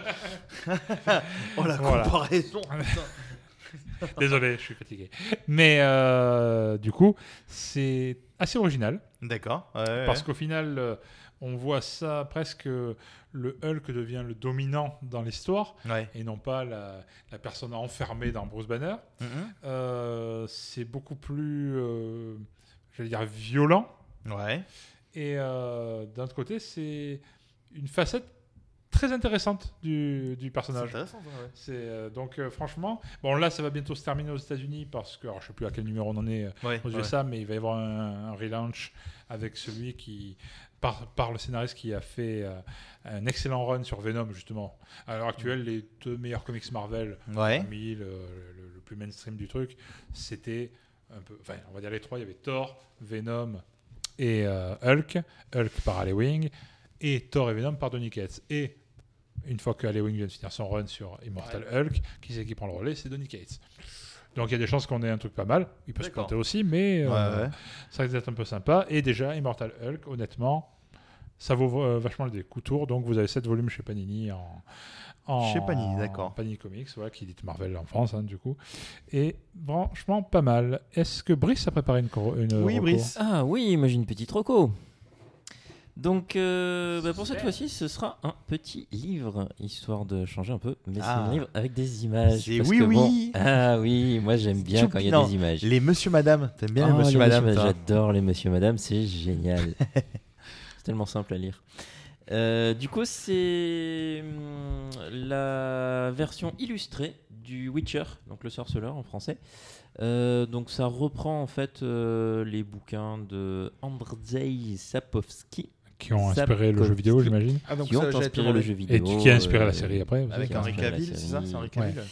oh la
Voilà.
comparaison. putain.
Désolé, je suis fatigué. Mais euh, du coup, c'est assez original.
D'accord. ouais, ouais,
Parce
ouais.
qu'au final, euh, on voit ça presque euh, le Hulk devient le dominant dans l'histoire
Ouais.
et non pas la, la personne enfermée dans Bruce Banner.
Mhm.
Euh, c'est beaucoup plus, euh, j'allais dire, violent.
Ouais.
Et euh, d'un autre côté, c'est une facette très intéressante du, du
C'est
personnage.
intéressant, ça, ouais.
C'est euh, donc euh, franchement, bon là ça va bientôt se terminer aux États-Unis parce que alors, je sais plus à quel numéro on en est euh,
Ouais,
aux
ouais.
USA, mais il va y avoir un, un relaunch avec celui qui par, par le scénariste qui a fait euh, un excellent run sur Venom justement. À l'heure actuelle, les deux meilleurs comics Marvel,
Ouais.
parmi le, le- le plus mainstream du truc, c'était un peu, enfin on va dire les trois, il y avait Thor, Venom et euh, Hulk, Hulk par Alley Wing et Thor et Venom par Donny Cates et une fois que Alley Wing vient de finir son run sur Immortal Hulk, qui c'est qui prend le relais C'est Donny Cates. Donc il y a des chances qu'on ait un truc pas mal. Il peut se
D'accord.
planter aussi, mais euh,
Ouais, ouais.
ça risque d'être un peu sympa. Et déjà, Immortal Hulk, honnêtement, Ça vaut euh, vachement le coup tour. Donc vous avez 7 volumes chez Panini en, en
chez Panini, d'accord.
Panini Comics, voilà, qui dit Marvel en France, hein, du coup. Et franchement, pas mal. Est-ce que Brice a préparé une, une
Oui, Brice.
Ah oui, moi j'ai une petite roco. Donc, euh, bah, pour cette fois-ci, ce sera un petit livre, histoire de changer un peu. Mais
Ah.
c'est un livre avec des images.
C'est
parce
oui,
que bon-
oui.
ah oui, moi j'aime bien quand il y a
Non,
des images.
Les monsieur madame, t'aimes bien
Oh,
les monsieur madame
monsieur-
toi
J'adore les monsieur madame, c'est génial. c'est tellement simple à lire. Euh, du coup, c'est hum, la version illustrée du Witcher, donc le sorceleur en français. Euh, donc ça reprend en fait euh, les bouquins de Andrzej Sapkowski.
Qui ont inspiré le jeu vidéo,
Sapkowski.
j'imagine.
Ah, donc
qui ont
ça, j'ai
inspiré
adoré.
le jeu
Et
vidéo. euh,
qui a inspiré la série après, vous
Avec
qui a
Henri
inspiré la
Cavill, c'est ça,
série.
c'est Henri Cavill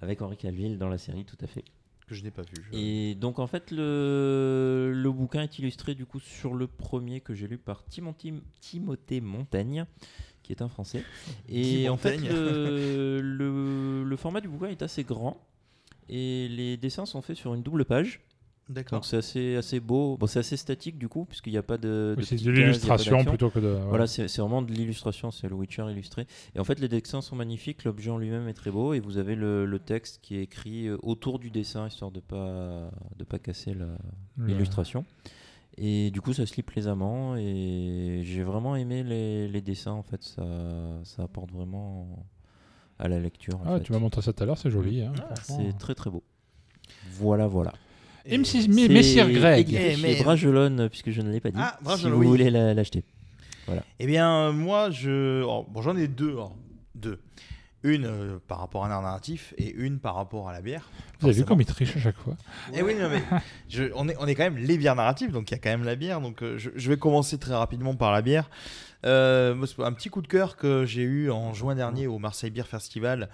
Avec Henri Cavill dans la série, tout à fait.
que je n'ai pas vu. je-
Et donc en fait le, le bouquin est illustré du coup sur le premier que j'ai lu par Timothy- Timothée Montaigne qui est un français. Et
Guy
en fait
Montaigne.
le, le- le format du bouquin est assez grand et les dessins sont faits sur une double page.
D'accord.
Donc c'est assez, assez beau, bon, c'est assez statique du coup puisqu'il n'y a pas de...
Oui, c'est
petites
de
cases, il y a pas
l'illustration
d'action.
plutôt que de. ouais.
Voilà, c'est c'est vraiment de l'illustration, c'est le Witcher illustré. Et en fait, les dessins sont magnifiques, l'objet en lui-même est très beau, et vous avez le, le texte qui est écrit euh, autour du dessin, histoire de pas de pas casser la-
Le-
l'illustration. Et du coup, ça se lit plaisamment, et j'ai vraiment aimé les, les dessins, en fait, ça, ça apporte vraiment à la lecture. en
Ah,
fait. Ah,
tu m'as montré ça tout à l'heure, c'est joli. hein, franchement.
C'est très très beau. Voilà, voilà.
Et M6
C'est euh,
mais- Messire Greg.
édité
Eh,
chez
mais-
Bragelonne, puisque je ne l'ai pas dit.
Ah,
si
Bragelonne,
vous
oui.
voulez la- l'acheter. Voilà.
Eh bien, euh, moi, je. oh, bon, j'en ai deux. alors, deux. Une euh, par rapport à un art narratif et une par rapport à la bière.
Vous avez vu
forcément.
comme il triche à chaque fois
Eh oui, non, mais je- on, est, on est quand même les bières narratives, donc il y a quand même la bière. Donc euh, je, je vais commencer très rapidement par la bière. Euh, moi, c'est un petit coup de cœur que j'ai eu en juin dernier au Marseille Beer Festival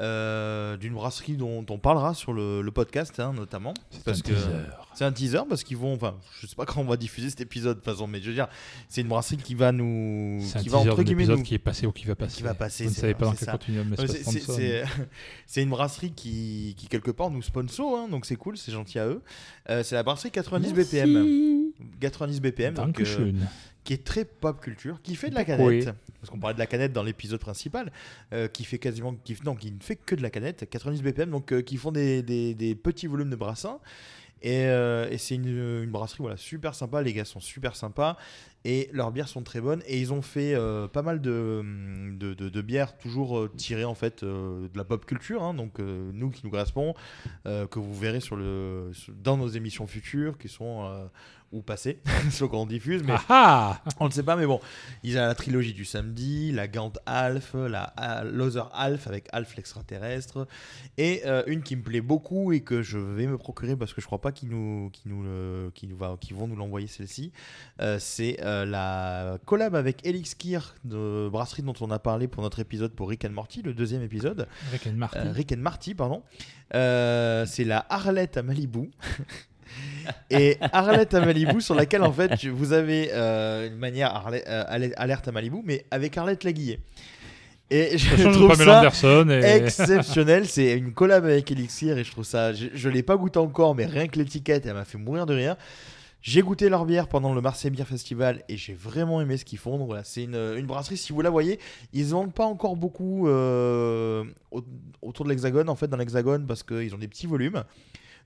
euh, d'une brasserie dont on parlera sur le, le podcast, hein, notamment.
C'est
Parce
un
que-
teaser.
C'est un teaser parce qu'ils vont. Enfin, je sais pas quand on va diffuser cet épisode, de toute façon, mais je veux dire, c'est une brasserie qui va nous.
C'est un
qui va,
teaser
entre
d'un
guillemets,
épisode
nous-
qui est passé ou qui va passer.
qui va passer.
Vous ne
c'est-
savez pas dans
c'est
quel
ça.
continuum
Non,
espace
c'est- c'est-
Samson.
C'est c'est une brasserie qui, qui, quelque part, nous sponsor, hein, donc c'est cool, c'est gentil à eux. Euh, c'est la brasserie 90 BPM. 90 BPM, donc, euh,
Dankeschön.
qui est très pop culture, qui fait de la canette.
Oui.
Parce qu'on parlait de la canette dans l'épisode principal, euh, qui fait quasiment. Qui, non, qui ne fait que de la canette. 90 BPM, donc euh, qui font des, des- des petits volumes de brassins. Et, euh, et c'est une, une brasserie voilà, super sympa, les gars sont super sympas et leurs bières sont très bonnes et ils ont fait euh, pas mal de, de, de- de bières toujours euh, tirées en fait euh, de la pop culture, hein, donc euh, nous qui nous correspond, euh, que vous verrez sur le, sur- dans nos émissions futures qui sont euh, ou passées, sur qu'on diffuse, mais
Ah ah
on ne sait pas, mais bon, ils ont la trilogie du samedi, la Gante Alf, la A- Loser Alf avec Alf l'extraterrestre, et euh, une qui me plaît beaucoup et que je vais me procurer parce que je crois pas qu'ils nous, qu'ils nous, le- qu'ils nous va- qu'ils vont nous l'envoyer celle-ci. Euh, c'est euh, la collab avec Elixir de brasserie dont on a parlé pour notre épisode pour Rick and Morty, le deuxième épisode.
Avec une marque.
Euh, Rick and Marty, pardon. Euh, c'est la Arlette à Malibu. Et Arlette à Malibu, sur laquelle en fait je- vous avez euh, une manière Arlette- euh, Alerte- alerte à Malibu, mais avec Arlette Laguillet. Et je
Change de
trouve
Pamela
ça
Anderson et.
exceptionnel. C'est une collab avec Elixir et je trouve ça. Je, je l'ai pas goûté encore, mais rien que l'étiquette, elle m'a fait mourir de rire. J'ai goûté leur bière pendant le Marseille Beer Festival et j'ai vraiment aimé ce qu'ils font. Donc voilà, c'est une, une brasserie. Si vous la voyez, ils ne vendent pas encore beaucoup euh, au- autour de l'Hexagone, en fait, dans l'Hexagone, parce qu'ils ont des petits volumes.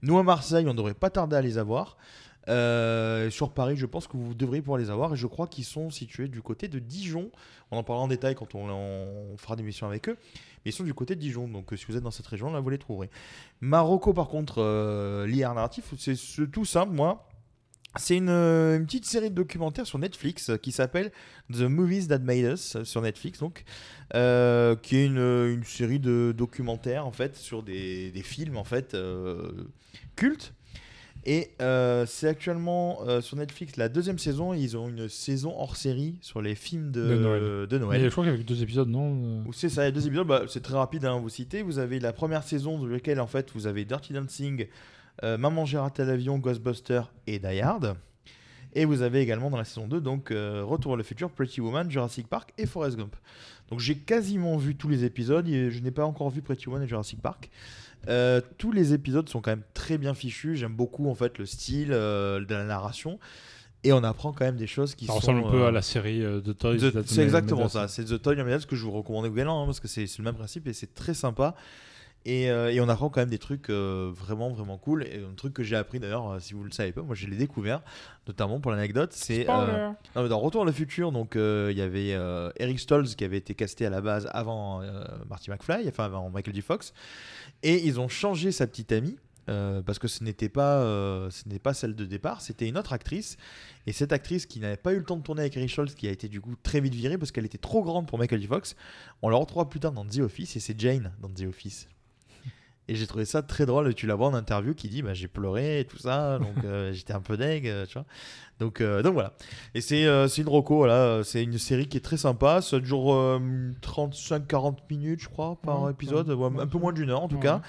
Nous, à Marseille, on devrait pas tarder à les avoir. Euh, sur Paris, je pense que vous devriez pouvoir les avoir. Et je crois qu'ils sont situés du côté de Dijon. On en parlera en détail quand on, on fera des missions avec eux. Mais ils sont du côté de Dijon. Donc euh, si vous êtes dans cette région, là, vous les trouverez. Marocco, par contre, euh, l'IR narratif, c'est c'est tout simple, moi. C'est une, euh, une petite série de documentaires sur Netflix euh, qui s'appelle The Movies That Made Us euh, sur Netflix, donc, euh, qui est une, une série de documentaires en fait sur des, des films en fait euh, cultes. Et euh, c'est actuellement euh, sur Netflix la deuxième saison. et Ils ont une saison hors série sur les films de,
De Noël.
de Noël.
Mais je crois qu'avec deux épisodes, non euh,
Ou C'est ça, les deux épisodes, bah, c'est très rapide, hein, vous citez. Vous avez la première saison dans laquelle, en fait, vous avez Dirty Dancing, euh, Maman j'ai raté l'avion, Ghostbuster et Die Hard. Et vous avez également dans la saison 2, donc euh, Retour à le futur, Pretty Woman, Jurassic Park et Forrest Gump. Donc j'ai quasiment vu tous les épisodes, et je n'ai pas encore vu Pretty Woman et Jurassic Park. Euh, tous les épisodes sont quand même très bien fichus, j'aime beaucoup en fait le style euh, de la narration. Et on apprend quand même des choses qui
Ça
sont.
ressemble un peu
euh,
à la série euh, The Toys.
The-
That
c'est
Made
exactement
Us.
ça. C'est The Toy Medals que je vous recommande également hein, parce que c'est c'est le même principe et c'est très sympa. Et, euh, et on apprend quand même des trucs euh, vraiment vraiment cool. Et un truc que j'ai appris d'ailleurs, euh, si vous le savez pas, moi je l'ai découvert, notamment pour l'anecdote, c'est
Spoiler.
euh, non, mais dans Retour à le futur, donc euh, il y avait euh, Eric Stoltz qui avait été casté à la base avant euh, Marty McFly, enfin avant Michael J. Fox, et ils ont changé sa petite amie. euh, parce que ce n'était pas, euh, ce n'est pas celle de départ, c'était une autre actrice. Et cette actrice qui n'avait pas eu le temps de tourner avec Eric Stoltz, qui a été du coup très vite virée parce qu'elle était trop grande pour Michael J. Fox, on la retrouvera plus tard dans The Office et c'est Jane dans The Office. Et j'ai trouvé ça très drôle. Tu la vois en interview qui dit bah, J'ai pleuré et tout ça, donc euh, j'étais un peu deg. euh, tu vois donc, euh, donc voilà. Et c'est euh, c'est une Rocco, voilà. euh, C'est une série qui est très sympa. Ça dure 35-40 minutes, je crois, par
Ouais,
épisode.
ouais,
ouais, un peu moins d'une heure en tout cas.
Ouais.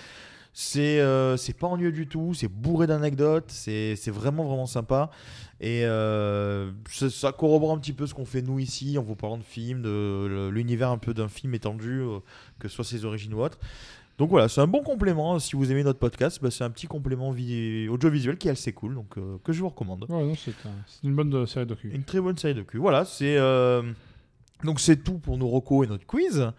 C'est euh, c'est pas ennuyeux du tout, c'est bourré d'anecdotes, c'est c'est vraiment vraiment sympa. Et euh, ça, ça corrobore un petit peu ce qu'on fait nous ici en vous parlant de films, de le- l'univers un peu d'un film étendu, euh, que ce soit ses origines ou autre. Donc voilà, c'est un bon complément. hein. Si vous aimez notre podcast, bah, c'est un petit complément vi- audiovisuel qui est assez cool, donc euh, que je vous recommande.
Ouais, non, c'est un- c'est une bonne euh, série docu.
Une très bonne série de cul. Voilà, c'est euh, donc c'est tout pour nos recos et notre quiz.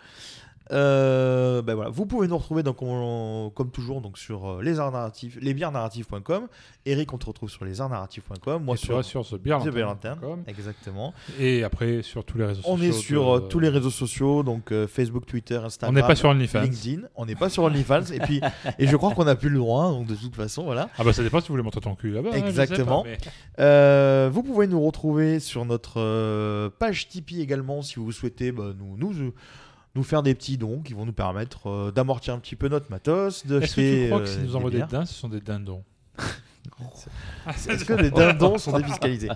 Euh, ben voilà, vous pouvez nous retrouver donc on- comme toujours donc sur euh, les arts narratifs, lesbiarnarratifs.com. Eric, on te retrouve sur lesartsnarratifs.com. Moi
Et toi, sur thebiarlanterne.com.
thebiarlanterne, Exactement.
Et après, sur tous les réseaux
On
sociaux.
est sur
de-
euh, tous les réseaux sociaux, donc euh, Facebook, Twitter, Instagram.
n'est pas sur OnlyFans.
LinkedIn. On n'est pas sur OnlyFans. et puis, et je crois qu'on n'a plus le droit, hein, donc de toute façon, voilà.
Ah bah ça dépend si vous voulez montrer ton cul là-bas. hein, je sais pas,
Exactement.
mais-
Euh, vous pouvez nous retrouver sur notre euh, page Tipeee également si vous souhaitez bah, nous, nous, nous faire des petits dons qui vont nous permettre euh, d'amortir un petit peu notre matos. euh,
Est-ce que tu crois que
si
s'ils nous envoient des dindons, ce sont des dindons
Est-ce que les dindons sont défiscalisés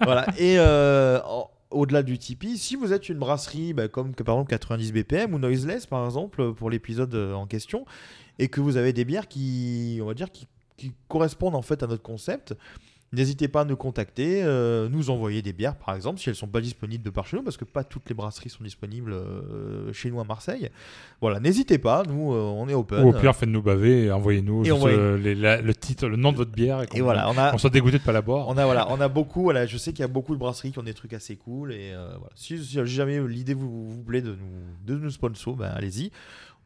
Voilà. Et euh, en- au-delà du Tipeee, si vous êtes une brasserie bah, comme que, par exemple 90 BPM ou Noiseless par exemple pour l'épisode euh, en question, et que vous avez des bières qui, on va dire, qui, qui correspondent en fait à notre concept, n'hésitez pas à nous contacter, euh, nous envoyer des bières par exemple si elles sont pas disponibles de par chez nous, parce que pas toutes les brasseries sont disponibles euh, chez nous à Marseille. Voilà, n'hésitez pas, nous euh, on est open.
Ou au pire, faites-nous baver et envoyez-nous
Et
juste,
envoyez-
euh, les- la- le titre, le nom de votre bière. Et, qu'on-
Et voilà, on a-
qu'on soit dégoûté de pas la boire.
On a voilà, on a beaucoup. Voilà, je sais qu'il y a beaucoup de brasseries qui ont des trucs assez cool et euh, voilà. Si, si jamais l'idée vous, vous plaît de nous de nous sponsor, ben, allez-y.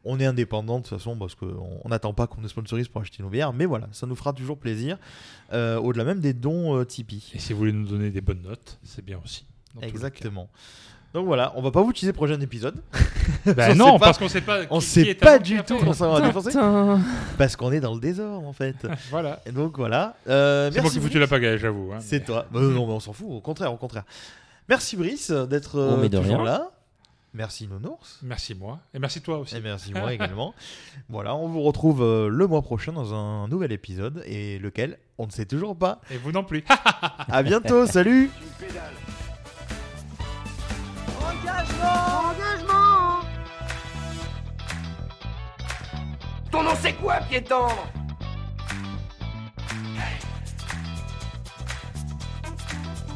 On est indépendant de toute façon parce qu'on on n'attend pas qu'on nous sponsorise pour acheter nos bières, mais voilà, ça nous fera toujours plaisir. euh, Au-delà même des dons euh, Tipeee.
Et si vous voulez nous donner des bonnes notes, c'est bien aussi. dans tous les
Exactement. Donc voilà, on va pas vous teaser le prochain épisode.
Bah
On
non,
sait
parce qu'on sait pas
On
qui- qui
sait
est
pas
avant,
du
qui
tout
après.
quand ça va défoncer.
Putain.
Parce qu'on est dans le désordre en fait.
voilà.
Et donc voilà. Euh,
C'est moi
merci
qui ai foutu
Brice.
la pagaille, j'avoue, hein,
C'est
mais-
toi. Bah, non, mais on s'en fout. Au contraire, au contraire. Merci Brice d'être
Oh,
euh,
mais de
toujours
rien.
là. Merci Nounours.
Merci moi. Et merci toi aussi.
Et merci moi également. Voilà, on vous retrouve euh, le mois prochain dans un nouvel épisode et lequel on ne sait toujours pas.
Et vous non plus.
À bientôt, salut.
Engagement Engagement
Ton nom c'est quoi, pied tendre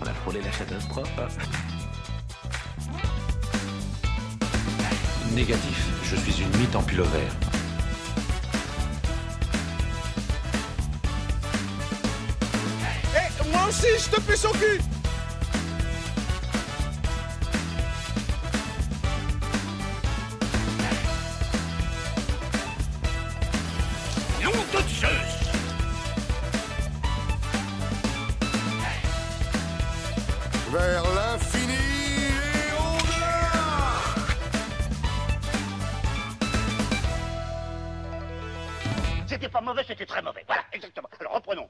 On a frôlé la catastrophe. Négatif, je suis une mythe en pullover.
Eh, moi aussi, je te pue son cul
Nom de Zeus
vers l'infini et au-delà.
C'était pas mauvais, c'était très mauvais. Voilà, exactement. Alors reprenons.